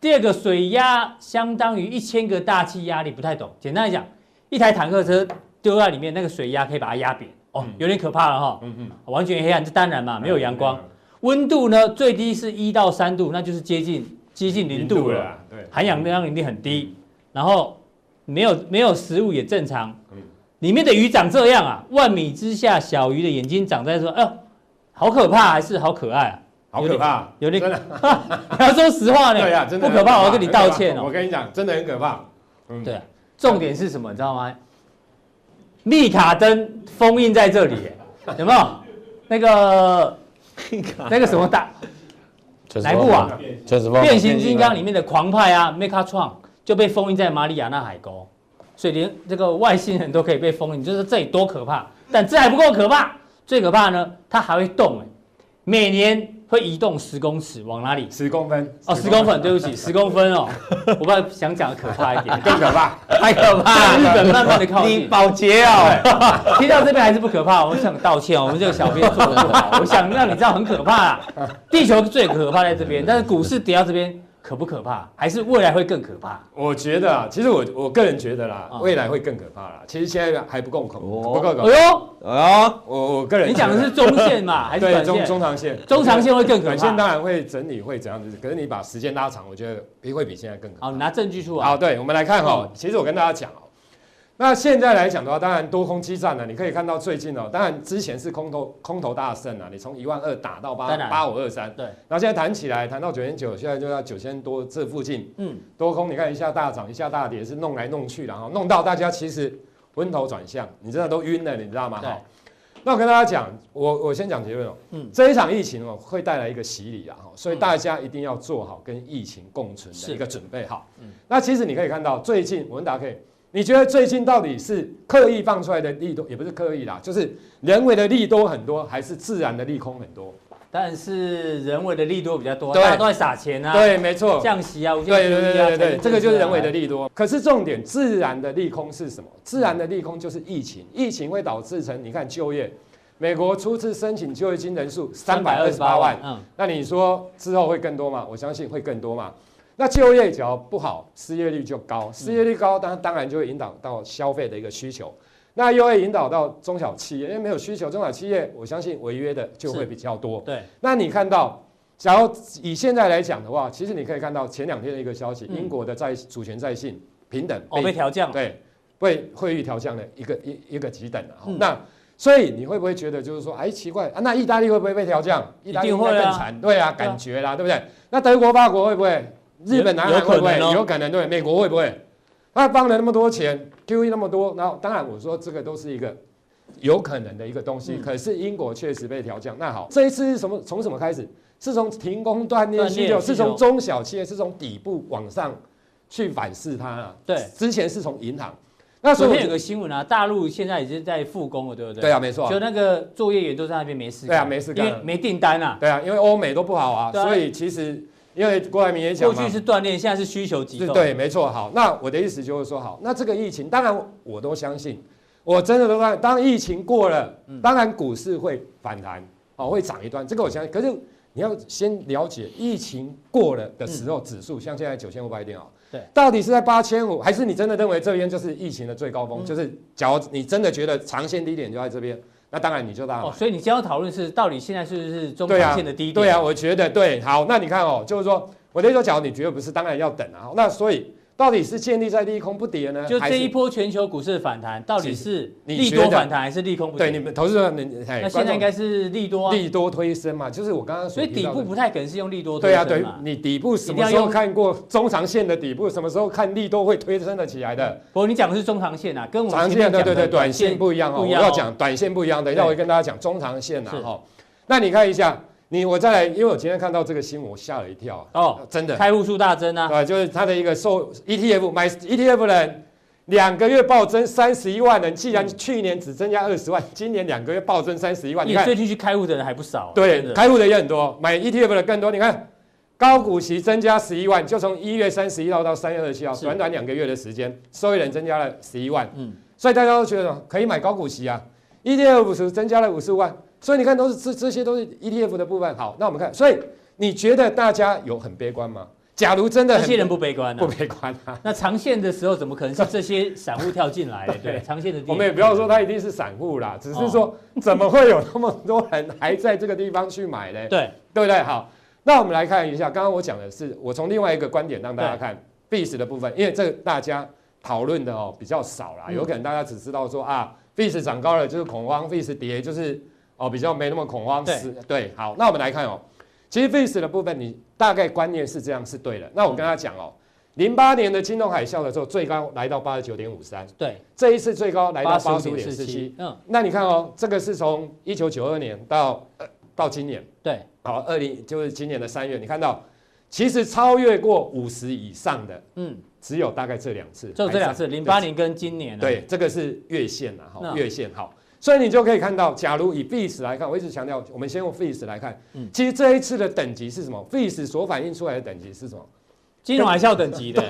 S1: 第二个，水压相当于一千个大气压力，不太懂。简单来讲，一台坦克车丢在里面，那个水压可以把它压扁哦，有点可怕了哈、
S4: 嗯嗯，
S1: 完全黑暗，这当然嘛，没有阳光。温度呢，最低是一到三度，那就是接近接近零度了，
S4: 啊，对，
S1: 含氧量一定很低。然后没有没有食物也正常
S4: 嗯。
S1: 里面的鱼长这哦样啊，万米之下小鱼的眼睛长在说，哎、呦，好可怕还是好可爱啊？
S4: 好可怕，
S1: 有点
S4: 真的
S1: 你要说实话呢，
S4: 对啊，真的
S1: 不可怕，我要
S4: 很
S1: 跟你道歉
S4: 很可怕我
S1: 哦。
S4: 跟你讲，真的很可怕。嗯
S1: 对啊，重点是什么，你知道吗？密卡登封印在这里耶，有没有？那 个那个什么大哪一部啊？
S2: 全是
S1: 变形金刚里面的狂派啊 m e c a t r o n 就被封印在马里亚纳海沟，所以连这个外星人都可以被封印，你就是这里多可怕！但这还不够可怕，最可怕呢，它还会动哎、每年会移动十公尺，往哪里？
S4: 十公分
S1: 哦，十公分，对不起，十公分哦，我不知道想讲的可怕一点，
S4: 更可怕。
S3: 太可怕
S1: 向 日
S3: 了！
S1: 本慢慢的靠
S3: 你
S1: 近。
S3: 保洁哦，
S1: 听到这边还是不可怕，我想道歉哦，我们这个小编做的不好，我想让你知道很可怕啊。地球最可怕在这边，但是股市跌到这边可不可怕？还是未来会更可怕？
S4: 我觉得啊，其实我我个人觉得啦
S1: 啊，
S4: 未来会更可怕啦。其实现在还不够恐，
S2: 哦
S4: 不够恐。
S1: 哎呦，
S3: 哦，
S4: 我我个人
S1: 你讲的是中线嘛，还是
S4: 对
S1: 短
S4: 中
S1: 线？
S4: 中长线，
S1: 中长线会更可
S4: 短线当
S1: 怕。
S4: 然会整理会怎样子，可是你把时间拉长，我觉得会比现在更可怕。
S1: 好，你嗯拿证据出
S4: 好，
S1: 来。
S4: 对，我们来看哈、其实我跟大家讲哦，那现在来讲的话，当然多空激战啊呢、你可以看到最近哦，当然之前是空头空头大胜啊，你从一万二打到八
S1: 当然
S4: 八五二三，
S1: 对，
S4: 然后现在弹起来，弹到九千九，现在就要九千多这附近，
S1: 嗯，
S4: 多空你看一下大涨，一下大跌，是弄来弄去的哈，弄到大家其实昏头转向，你真的都晕了，你知道吗？
S1: 对
S4: 哈。那我跟大家讲，我我先讲结论哦，
S1: 嗯
S4: 这一场疫情哦会带来一个洗礼啊，哈，所以大家一定要做好跟疫情共存的
S1: 是
S4: 一个准备好。
S1: 嗯
S4: 那其实你可以看到，最近文达可以，你觉得最近到底是刻意放出来的利多，也不是刻意啦，就是人为的利多很多，还是自然的利空很多？
S1: 但是人为的力度比较多，
S4: 对
S1: 大家都在撒钱啊，
S4: 对，没错，
S1: 降息啊，无限
S4: 对对对
S1: 利率啊
S4: 对对，
S1: 财政
S4: 这个就是人为的
S1: 政策
S4: 利多。可是重点，自然的利空是什么？自然的利空就是疫情，疫情会导致成你看就业，美国初次申请就业金人数
S1: 啊，
S4: 三百二十八万，
S1: 嗯，
S4: 那你说之后会更多吗？我相信会更多嘛。那就业只要不好，失业率就高，失业率高，当当然就会引导到消费的一个需求，那又会引导到中小企业，因为没有需求，中小企业我相信违约的就是会比较多。
S1: 对，
S4: 那你看到，假如以现在来讲的话，其实你可以看到前两天的一个消息，
S1: 嗯
S4: 英国的债主权债信平等
S1: 哦，被调降了，
S4: 对被汇率调降了一个一一个几等了、哈
S1: 嗯
S4: 那所以你会不会觉得就是说，哎，奇怪啊？那意大利会不会被调降？意大利
S1: 一定会啊
S4: 应该更惨，对啊，
S1: 对啊
S4: 感觉啦，对不对？那德国、法国会不会？日本、南
S1: 有
S4: 韩
S1: 有
S4: 会不
S1: 可
S4: 会？
S1: 能哦
S4: 有可能对，美国会不会？他帮了那么多钱，QE 那么多，然后当然我说这个都是一个有可能的一个东西，
S1: 嗯
S4: 可是英国确实被调降。那好，这一次是什么？从什么开始？是从停工锻炼
S1: 锻
S4: 需
S1: 炼
S4: 求，
S1: 需
S4: 是从
S1: 求
S4: 中小企业，是从底部往上去反噬它了。
S1: 对
S4: 之前是从银行，那时
S1: 昨
S4: 候我
S1: 天有个新闻啊，大陆现在已经在复工了，对不对？
S4: 对啊，没错啊
S1: 就，那个作业员都在那边没事干，
S4: 对啊没事干啊
S1: 因为没订单啊。
S4: 对啊，因为欧美都不好啊，
S1: 对啊
S4: 所以其实因为郭台铭也讲
S1: 过
S4: 嘛
S1: 去，是锻炼，现在是需求急
S4: 是
S1: 动。
S4: 对，没错。好，那我的意思就是说，好，那这个疫情，当然我都相信，我真的都看，当疫情过了，
S1: 嗯
S4: 当然股市会反弹，哦，会涨一段，这个我相信。可是你要先了解，疫情过了的时候，指数像现在九千五百点哦，
S1: 嗯对，
S4: 到底是在八千五，还是你真的认为这边就是疫情的最高
S1: 嗯
S4: 峰？就是假如你真的觉得长线低点就在这边，那当然你就大买
S1: 哦，。所以你今天要讨论是到底现在是不是中
S4: 对
S1: 长
S4: 啊
S1: 线的低点？
S4: 对啊，我觉得对。好，那你看哦，就是说我的意思说，假如你觉得不是，当然要等啊。那所以到底是建立在利空不跌呢，
S1: 就
S4: 啊还
S1: 这
S4: 是
S1: 一波全球股市的反弹，到底是
S4: 你
S1: 利
S4: 觉
S1: 多
S4: 得
S1: 反弹还是利空不
S4: 对
S1: 跌？
S4: 你们投资人，你哎，
S1: 那现在应
S4: 观
S1: 该是利多
S4: 众
S1: 啊，
S4: 利多推升嘛，就是我刚刚
S1: 所以
S4: 提
S1: 底
S4: 到的
S1: 部不太可能是用利多推
S4: 对啊，
S1: 升
S4: 对
S1: 嘛。
S4: 你底部什
S1: 一定
S4: 么
S1: 要
S4: 时候
S1: 用
S4: 看过中长线的底部？什么时候看利多会推升得起来的？
S1: 不过你讲的是中长线啊，嗯跟我
S4: 长
S1: 们前面
S4: 线对
S1: 讲
S4: 对
S1: 的
S4: 对，短线不一样哦。
S1: 不
S4: 我
S1: 一样
S4: 要讲短线不一样，等一下
S1: 对
S4: 我会跟大家讲中长线啦
S1: 是
S4: 哦。那你看一下，你我再来，因为我今天看到这个新闻，我吓了一跳啊，
S1: 哦，
S4: 真的。
S1: 开户数大增啊，
S4: 对，就是它的一个受 ETF 买 ETF 的人，两个月暴增三十一万人，既
S1: 嗯
S4: 然去年只增加二十万，今年两个月暴增三十一万，啊你
S1: 也
S4: 看，
S1: 最近去开户的人还不少啊。真
S4: 对，
S1: 的
S4: 开户的也很多，买 ETF 的更多，你看。高股息增加十一万，就从一月三十一号到三月二十七号，
S1: 是
S4: 短短两个月的时间，受益人增加了十一万，
S1: 嗯，
S4: 所以大家都觉得可以买高股息啊，ETF 五十增加了五十五万，所以你看都是这这些都是 ETF 的部分。好，那我们看，所以你觉得大家有很悲观吗？假如真的
S1: 这
S4: 很
S1: 些人不悲观
S4: 不
S1: 啊。
S4: 悲观啊，
S1: 那长线的时候，怎么可能是这些散户跳进来的？对，长线的低点
S4: 我们也不要说它一定是散户啦，只是
S1: 哦
S4: 说怎么会有那么多人还在这个地方去买呢？
S1: 对，
S4: 对不对？好，那我们来看一下，刚刚我讲的是我从另外一个观点让大家看币值的部分，因为这个大家讨论的哦比较少啦，
S1: 嗯
S4: 有可能大家只知道说啊币值涨高了就是恐慌，币值跌就是哦比较没那么恐慌。
S1: 对
S4: 是对，好，那我们来看哦。其实 VIX 的部分，你大概观念是这样是对的。那我
S1: 嗯
S4: 跟他讲哦，零八年的金融海啸的时候，最高来到八十九点五三，
S1: 对，
S4: 这一次最高来到八十五点四七
S1: 85.47。，嗯，
S4: 那你看哦，这个是从一九九二年到、呃、到今年，
S1: 对，
S4: 好，二零就是今年的三月，你看到其实超越过五十以上的
S1: 嗯，
S4: 只有大概这两次，
S1: 就这两次，
S4: 还是
S1: 零八年跟今年啊，
S4: 对，这个是月线啊，哈，
S1: 嗯
S4: 月线好，所以你就可以看到，假如以 FIS 来看，我一直强调，我们先用 FIS 来看，
S1: 嗯
S4: 其实这一次的等级是什么？FIS 所反映出来的等级是什么？
S1: 金融海啸等级的，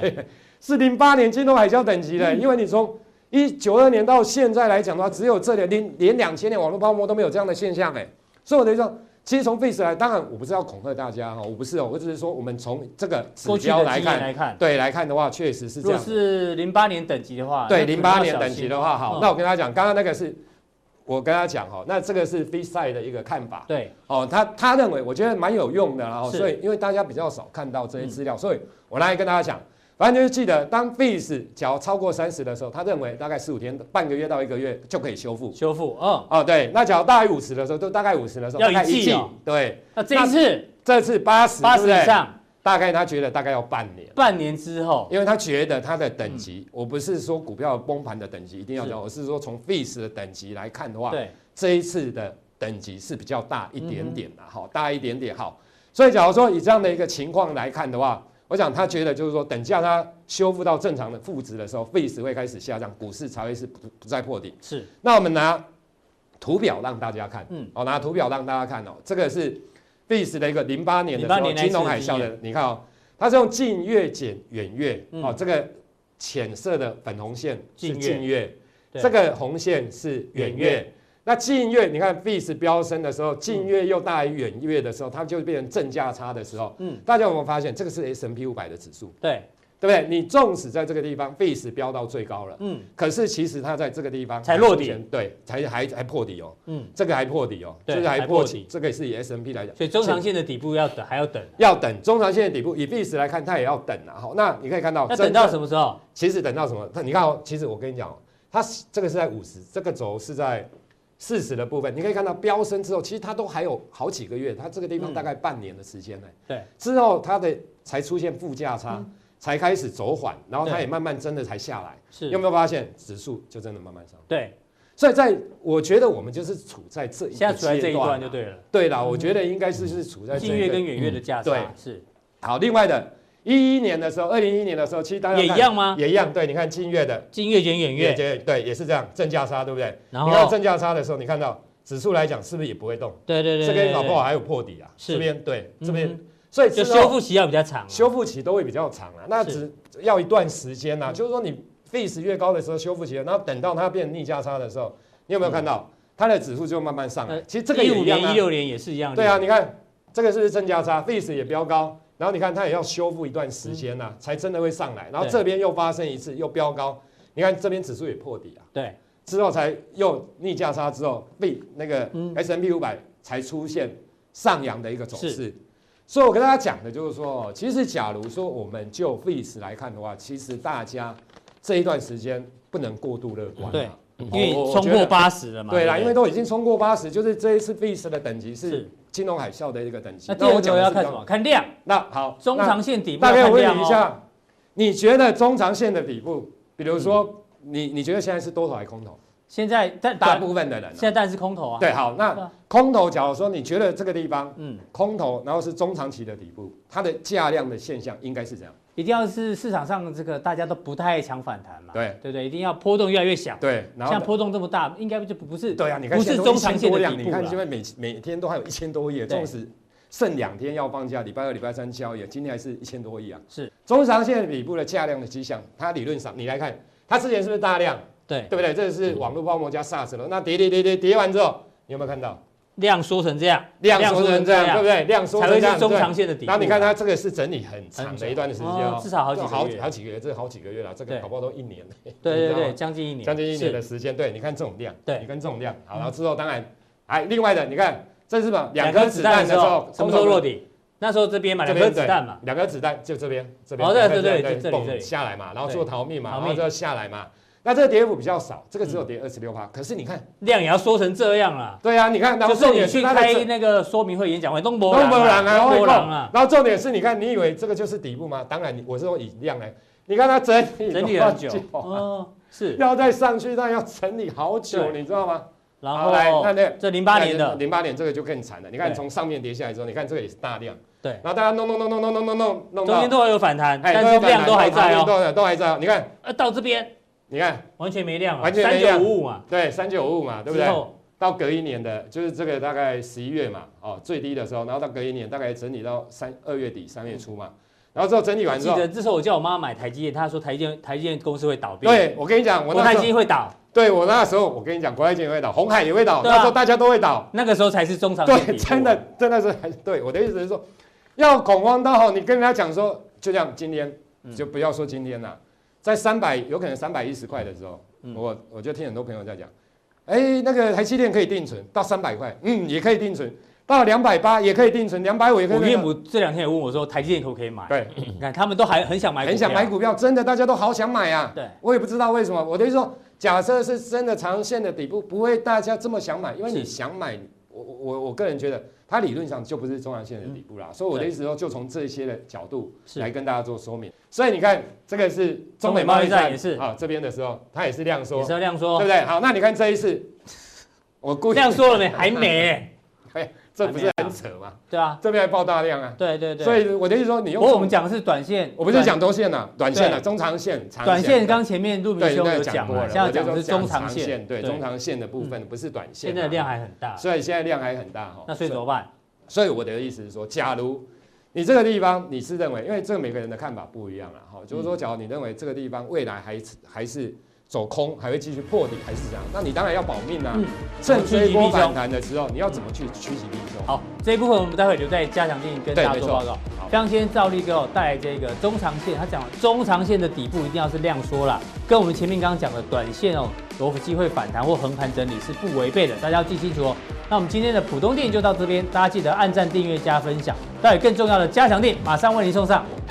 S4: 是零八年金融海啸等
S1: 嗯
S4: 级的，因为你从一九二年到现在来讲的话，只有这里连连两千年网络泡沫都没有这样的现象哎，所以我等于说。其实从 FIS 来，当然我不是要恐吓大家哈，我不是哦，我只是说我们从这个 指
S1: 过去的
S4: 标来
S1: 经验
S4: 看，
S1: 来看，
S4: 对来看的话，确实是
S1: 如果
S4: 这样。
S1: 是零八年等级的话，
S4: 对，
S1: 那可
S4: 零
S1: 能要
S4: 八年
S1: 小
S4: 等
S1: 心
S4: 级的话，
S1: 嗯
S4: 好，那我跟他讲，刚刚那个是我跟他讲哈，那这个是 f 赛的一个看法
S1: 对，
S4: 哦，他他认为我觉得蛮有用的啦，然后
S1: 是嗯
S4: 所以因为大家比较少看到这些资料，所以我来跟大家讲，反正就是记得当 f i s 只要超过三十的时候，他认为大概十五天、半个月到一个月就可以修复。
S1: 修复，嗯，
S4: 哦，对，那只要大于五十的时候，就大概五十的时候，
S1: 要
S4: 大
S1: 一
S4: 概
S1: 季
S4: 一季
S1: 哦，
S4: 对，
S1: 那这一次
S4: 这次八十，
S1: 八
S4: 对
S1: 十
S4: 不对
S1: 以上，哦
S4: 大概他觉得大概要半年。
S1: 半年之后，
S4: 因为他觉得他的等
S1: 嗯
S4: 级，我不是说股票崩盘的等级一定要讲，我是说从 FIS 的等级来看的话，
S1: 对，
S4: 这一次的等级是比较大一点点的，好、大一点点好。所以假如说以这样的一个情况来看的话，我想他觉得就是说，等价它修复到正常的负值的时候，FIS 会开始下降，股市才会是不不再破底。
S1: 是，
S4: 那我们拿图表让大家看，
S1: 嗯
S4: 嗯，哦，拿图表让大家看哦，这个是 FIS 的一个零八年的时
S1: 08
S4: 候
S1: 年那
S4: 金融
S1: 次
S4: 海
S1: 经
S4: 啸的，你看哦，它是用近月减远月，
S1: 嗯
S4: 哦，这个浅色的粉红线是
S1: 近月
S4: 近月，
S1: 对
S4: 这个红线是远
S1: 远嗯
S4: 月。那近月，你看 FIS 飙升的时候，近月又大于远月的时候，它就变成正价差的时候。
S1: 嗯
S4: 嗯，大家有没有发现，这个是 S M P 五百的指数，
S1: 对，
S4: 对不对？你纵使在这个地方 FIS 飙到最高了，
S1: 嗯，
S4: 可是其实它在这个地方
S1: 才落底
S4: 还出现，对，才还还破底哦，
S1: 嗯
S4: 嗯，这个还破底哦，
S1: 对
S4: 这个还
S1: 还破
S4: 破
S1: 底
S4: 底，这个也是以 S M P 来讲，
S1: 所以中长线的底部要等，还要等，
S4: 要等中长线的底部，以 B 十来看，它也要等啊。好，那你可以看到，
S1: 要等到
S4: 么？
S1: 什么时候？
S4: 其实等到什么？它你看哦，其实我跟你讲哦，它是这个是在五十，这个轴是在四十的部分，你可以看到飙升之后，其实它都还有好几个月，它这个地方
S1: 嗯
S4: 大概半年的时间呢、
S1: 对，
S4: 之后它的才出现负价差，才开始走缓，然后它也慢慢真的才下来。
S1: 嗯是
S4: 有没有发现指数就真的慢慢上？
S1: 对，
S4: 所以在我觉得我们就是处在这一
S1: 现在处在这一段就嗯
S4: 对
S1: 对了，
S4: 对啦，我觉得应该是是处在这一
S1: 近
S4: 个
S1: 月跟远月的价
S4: 对
S1: 差是
S4: 好。另外的，一一年的时候，二零一一年的时候，其实大家
S1: 也一
S4: 看
S1: 样啊吗？
S4: 也一样。对，你看近月的
S1: 近月减远
S4: 也
S1: 月，
S4: 也对，也是这样正价差，对不对？
S1: 然
S4: 你看到
S1: 后
S4: 正价差的时候，你看到指数来讲是不是也不会动？
S1: 对对对，
S4: 这边
S1: 对
S4: 搞不好还有破底啊，
S1: 是
S4: 这边对
S1: 嗯
S4: 这边，所以
S1: 就
S4: 之
S1: 修
S4: 后
S1: 复期要比较长啊，
S4: 修复期都会比较长啊，那
S1: 是
S4: 只要一段时间呐、就是说你 face 越高的时候修复期，然后等到它变逆价差的时候，你有没有看到它的指数就慢慢上来？
S1: 嗯呃
S4: 其实这个也
S1: 一五
S4: 一样
S1: 年、
S4: 啊
S1: 一，六年也是一样，
S4: 对啊，，你看这个是不是正价差？face 也飙高，然后你看它也要修复一段时间呐、才真的会上来，然后
S1: 对
S4: 这边又发生一次又飙高，你看这边指数也破底啊，
S1: 对，
S4: 之后才又逆价差之后被那个
S1: 嗯
S4: S M P 五百才出现上扬的一个走势。所以我跟大家讲的就是说，其实假如说我们就 VIX 来看的话，其实大家这一段时间不能过度乐观、啊。
S1: 对
S4: 哦，
S1: 因为
S4: 我
S1: 冲
S4: 觉得
S1: 过八十了嘛，
S4: 对啦，
S1: 不
S4: 因为都已经冲过八十，就是这一次 VIX 的等级
S1: 是
S4: 是金融海啸的一个等级。
S1: 那第二个
S4: 的
S1: 要
S4: 是
S1: 看
S4: 比
S1: 什
S4: 较
S1: 么？？看量，
S4: 那好，
S1: 中
S4: 那
S1: 长线底部
S4: 大概
S1: 要
S4: 我
S1: 看
S4: 问
S1: 量
S4: 你
S1: 哦嗯
S4: 一下，你觉得中长线的底部，比如说、你你觉得现在是多头还是空头？
S1: 现在但
S4: 大
S1: 打
S4: 部分的人、啊
S1: 现、在当然是空头啊，
S4: 对，好，
S1: 对啊
S4: 那空头，假如说你觉得这个地方
S1: 嗯，
S4: 空头，然后是中长期的底部，它的价量的现象应该是这样。
S1: 一定要是市场上这个大家都不太强反弹嘛，
S4: 对
S1: 对不对？一定要波动越来越小，
S4: 对，然
S1: 像
S4: 后
S1: 波动这么大，应该就不是
S4: 对啊，你看
S1: 不是
S4: 现在都
S1: 中长线的
S4: 1000
S1: 底
S4: 多量，
S1: 部啊
S4: 你看
S1: 啦
S4: 现在每每天都还有一千多亿，
S1: 对
S4: 纵使剩两天要放假，礼拜二、礼拜三交易，今天还是一千多亿啊。
S1: 是
S4: 中长线的底部的价量的迹象，它理论上你来看，它之前是不是大量，
S1: 对嗯
S4: 对不对？这是网络泡沫加 SARS 了，那跌跌跌跌跌完之后，你有没有看到
S1: 量缩成这样，
S4: 量缩成这样，对不对？量缩
S1: 才
S4: 成
S1: 会
S4: 这样
S1: 是中
S4: 对
S1: 长线的底部。啊
S4: 然后你看它这个是整理很长的一段时间
S1: 很久
S4: 哦
S1: 哦，至少好几个
S4: 这好
S1: 月
S4: 好几个月，这好几个月了，这
S1: 对
S4: 个搞不好都一年了，
S1: 对对
S4: 你知道
S1: 对，
S4: 吗，
S1: 将近一年，
S4: 将近一年的
S1: 是
S4: 时间。对，你看这种量，
S1: 对
S4: 你跟这种量，好，然后之后当然，哎，另外的你看，这是什么？两颗
S1: 颗
S4: 子弹的时候，
S1: 什么时候落
S4: 底？
S1: 底？那时候这边嘛，
S4: 这
S1: 两颗
S4: 边
S1: 子弹嘛，，
S4: 对两颗子弹就这边，这边，
S1: 哦对
S4: 两颗子弹
S1: 对对就这里这里
S4: 蹦下来嘛，然后
S1: 对
S4: 做逃命嘛，
S1: 逃
S4: 然
S1: 命嗯
S4: 后之后下来嘛，那这个跌幅比较少，这个只有跌二十六趴。可是你看，
S1: 量也要缩成这样啦。
S4: 对啊，你看，然后
S1: 就送
S4: 重
S1: 你
S4: 点是
S1: 去
S4: 它的
S1: 开
S4: 整
S1: 那个说明会、演讲会，东博
S4: 都没有人啊，
S1: 东
S4: 会
S1: 博
S4: 碰
S1: 狼啊，
S4: 然后重点是，你看，你以为这个就是底部吗？当然，你我是说以量来，你看它整理
S1: 整理
S4: 多
S1: 很久，嗯，是。
S4: 要再上去，那要整理好久，
S1: 对
S4: 你知道吗？
S1: 然
S4: 好来那
S1: 后
S4: 那
S1: 这零八年的，
S4: 零八年这个就更惨了。你看
S1: 对
S4: 从上面跌下来之后，你看这个也是大量，
S1: 对
S4: 然后大家弄弄弄弄弄弄弄弄
S1: 中
S4: 弄到
S1: 间，都还有反弹，
S4: 哎
S1: 但是量都还在哦。
S4: 都都还在哦。你看，
S1: 呃，到这边
S4: 你看，
S1: 完全没量啊，
S4: 完全
S1: 三
S4: 没量
S1: 九五五嘛，
S4: 对，三九五嘛，对不对
S1: 之？后
S4: 到隔一年的，就是这个大概十一月嘛，哦，最低的时候，然后到隔一年大概整理到三二月底三月初嘛，然后之后整理完
S1: 记
S4: 之后，
S1: 得这时候我叫我妈买台积电，她说台积电台积电公司会倒闭，，
S4: 对我跟你讲，我
S1: 国
S4: 那
S1: 泰
S4: 时
S1: 金
S4: 候，
S1: 会倒，
S4: 对我那时候，我跟你讲，国泰金也会倒，红海也会倒，
S1: 对啊
S4: 那时候大家都会倒，
S1: 那个时候才是中长线
S4: 对，
S1: 底部啊
S4: 真的真的是很对。我的意思是说，要恐慌到你跟人家讲说，就像今天，
S1: 嗯
S4: 就不要说今天啦、在三百有可能三百一十块的时候，
S1: 嗯
S4: 我我就听很多朋友在讲，哎、那个台积电可以定存到三百块，嗯，也可以定存到两百八，也可以定存两百五，也可以
S1: 我
S4: 定
S1: 岳
S4: 存。
S1: 母这两天也问我说，台积电可不可以买？
S4: 对，
S1: 你看他们都还很想买，
S4: 很想买，股票，真的大家都好想买啊。
S1: 对，
S4: 我也不知道为什么。我的意思说，假设是真的长线的底部，不会大家这么想买，因为
S1: 是
S4: 你想买，我我我我个人觉得，它理论上就不是中长线的底部啦。所以我的意思说，就从这些的角度
S1: 嗯是
S4: 来跟大家做说明。所以你看，这个是中美
S1: 中美贸
S4: 贸
S1: 易
S4: 易
S1: 战
S4: 战
S1: 也是
S4: 好这边的时候，它也是量缩
S1: 也是，要量
S4: 对
S1: 缩
S4: 不，对？好，那你看这一次，我估计
S1: 量缩了没？还没，
S4: 这不是很扯吗？
S1: 对啊，
S4: 这边还爆大量啊。
S1: 对对对，
S4: 所以我的意思说，你
S1: 不
S4: 用
S1: 过我们讲的是短线，
S4: 我不是讲多线呐，短线呐，啊
S1: 对
S4: 中长线、长
S1: 短
S4: 线
S1: 线，刚前面陆明
S4: 对，
S1: 兄
S4: 那
S1: 有
S4: 个
S1: 讲
S4: 讲过
S1: 嘛，
S4: 了，
S1: 现在
S4: 我就
S1: 讲的
S4: 说
S1: 是中长线嗯
S4: 线，，对中长线的部分，不是短线啊。
S1: 现在量还很大，
S4: 所以现在量还很大哈。
S1: 那所以怎
S4: 所
S1: 么办？
S4: 以所以我的意思是说，假如你这个地方你是认为，因为这个每个人的看法不一样了啊哈，就是
S1: 嗯
S4: 说，假如你认为这个地方未来还是还是走空，还会继续破底，还是怎样，那你当然要保命啊
S1: 嗯。
S4: 趁
S1: 趋吉
S4: 追波
S1: 避凶
S4: 反弹的时候，你要怎么去趋吉避凶？
S1: 好，这一部分我们待会留在加强定跟大
S4: 对
S1: 家
S4: 没
S1: 做
S4: 错
S1: 报告。
S4: 好
S1: 非常今天赵力哥哦带来这个中长线，他讲了中长线的底部一定要是量缩啦，跟我们前面刚刚讲的短线哦，有机会反弹或横盘整理是不违背的，大家要记清楚哦。那我们今天的浦东店就到这边，大家记得按赞、订阅、加分享。待会更重要的加强定马上为您送上，我们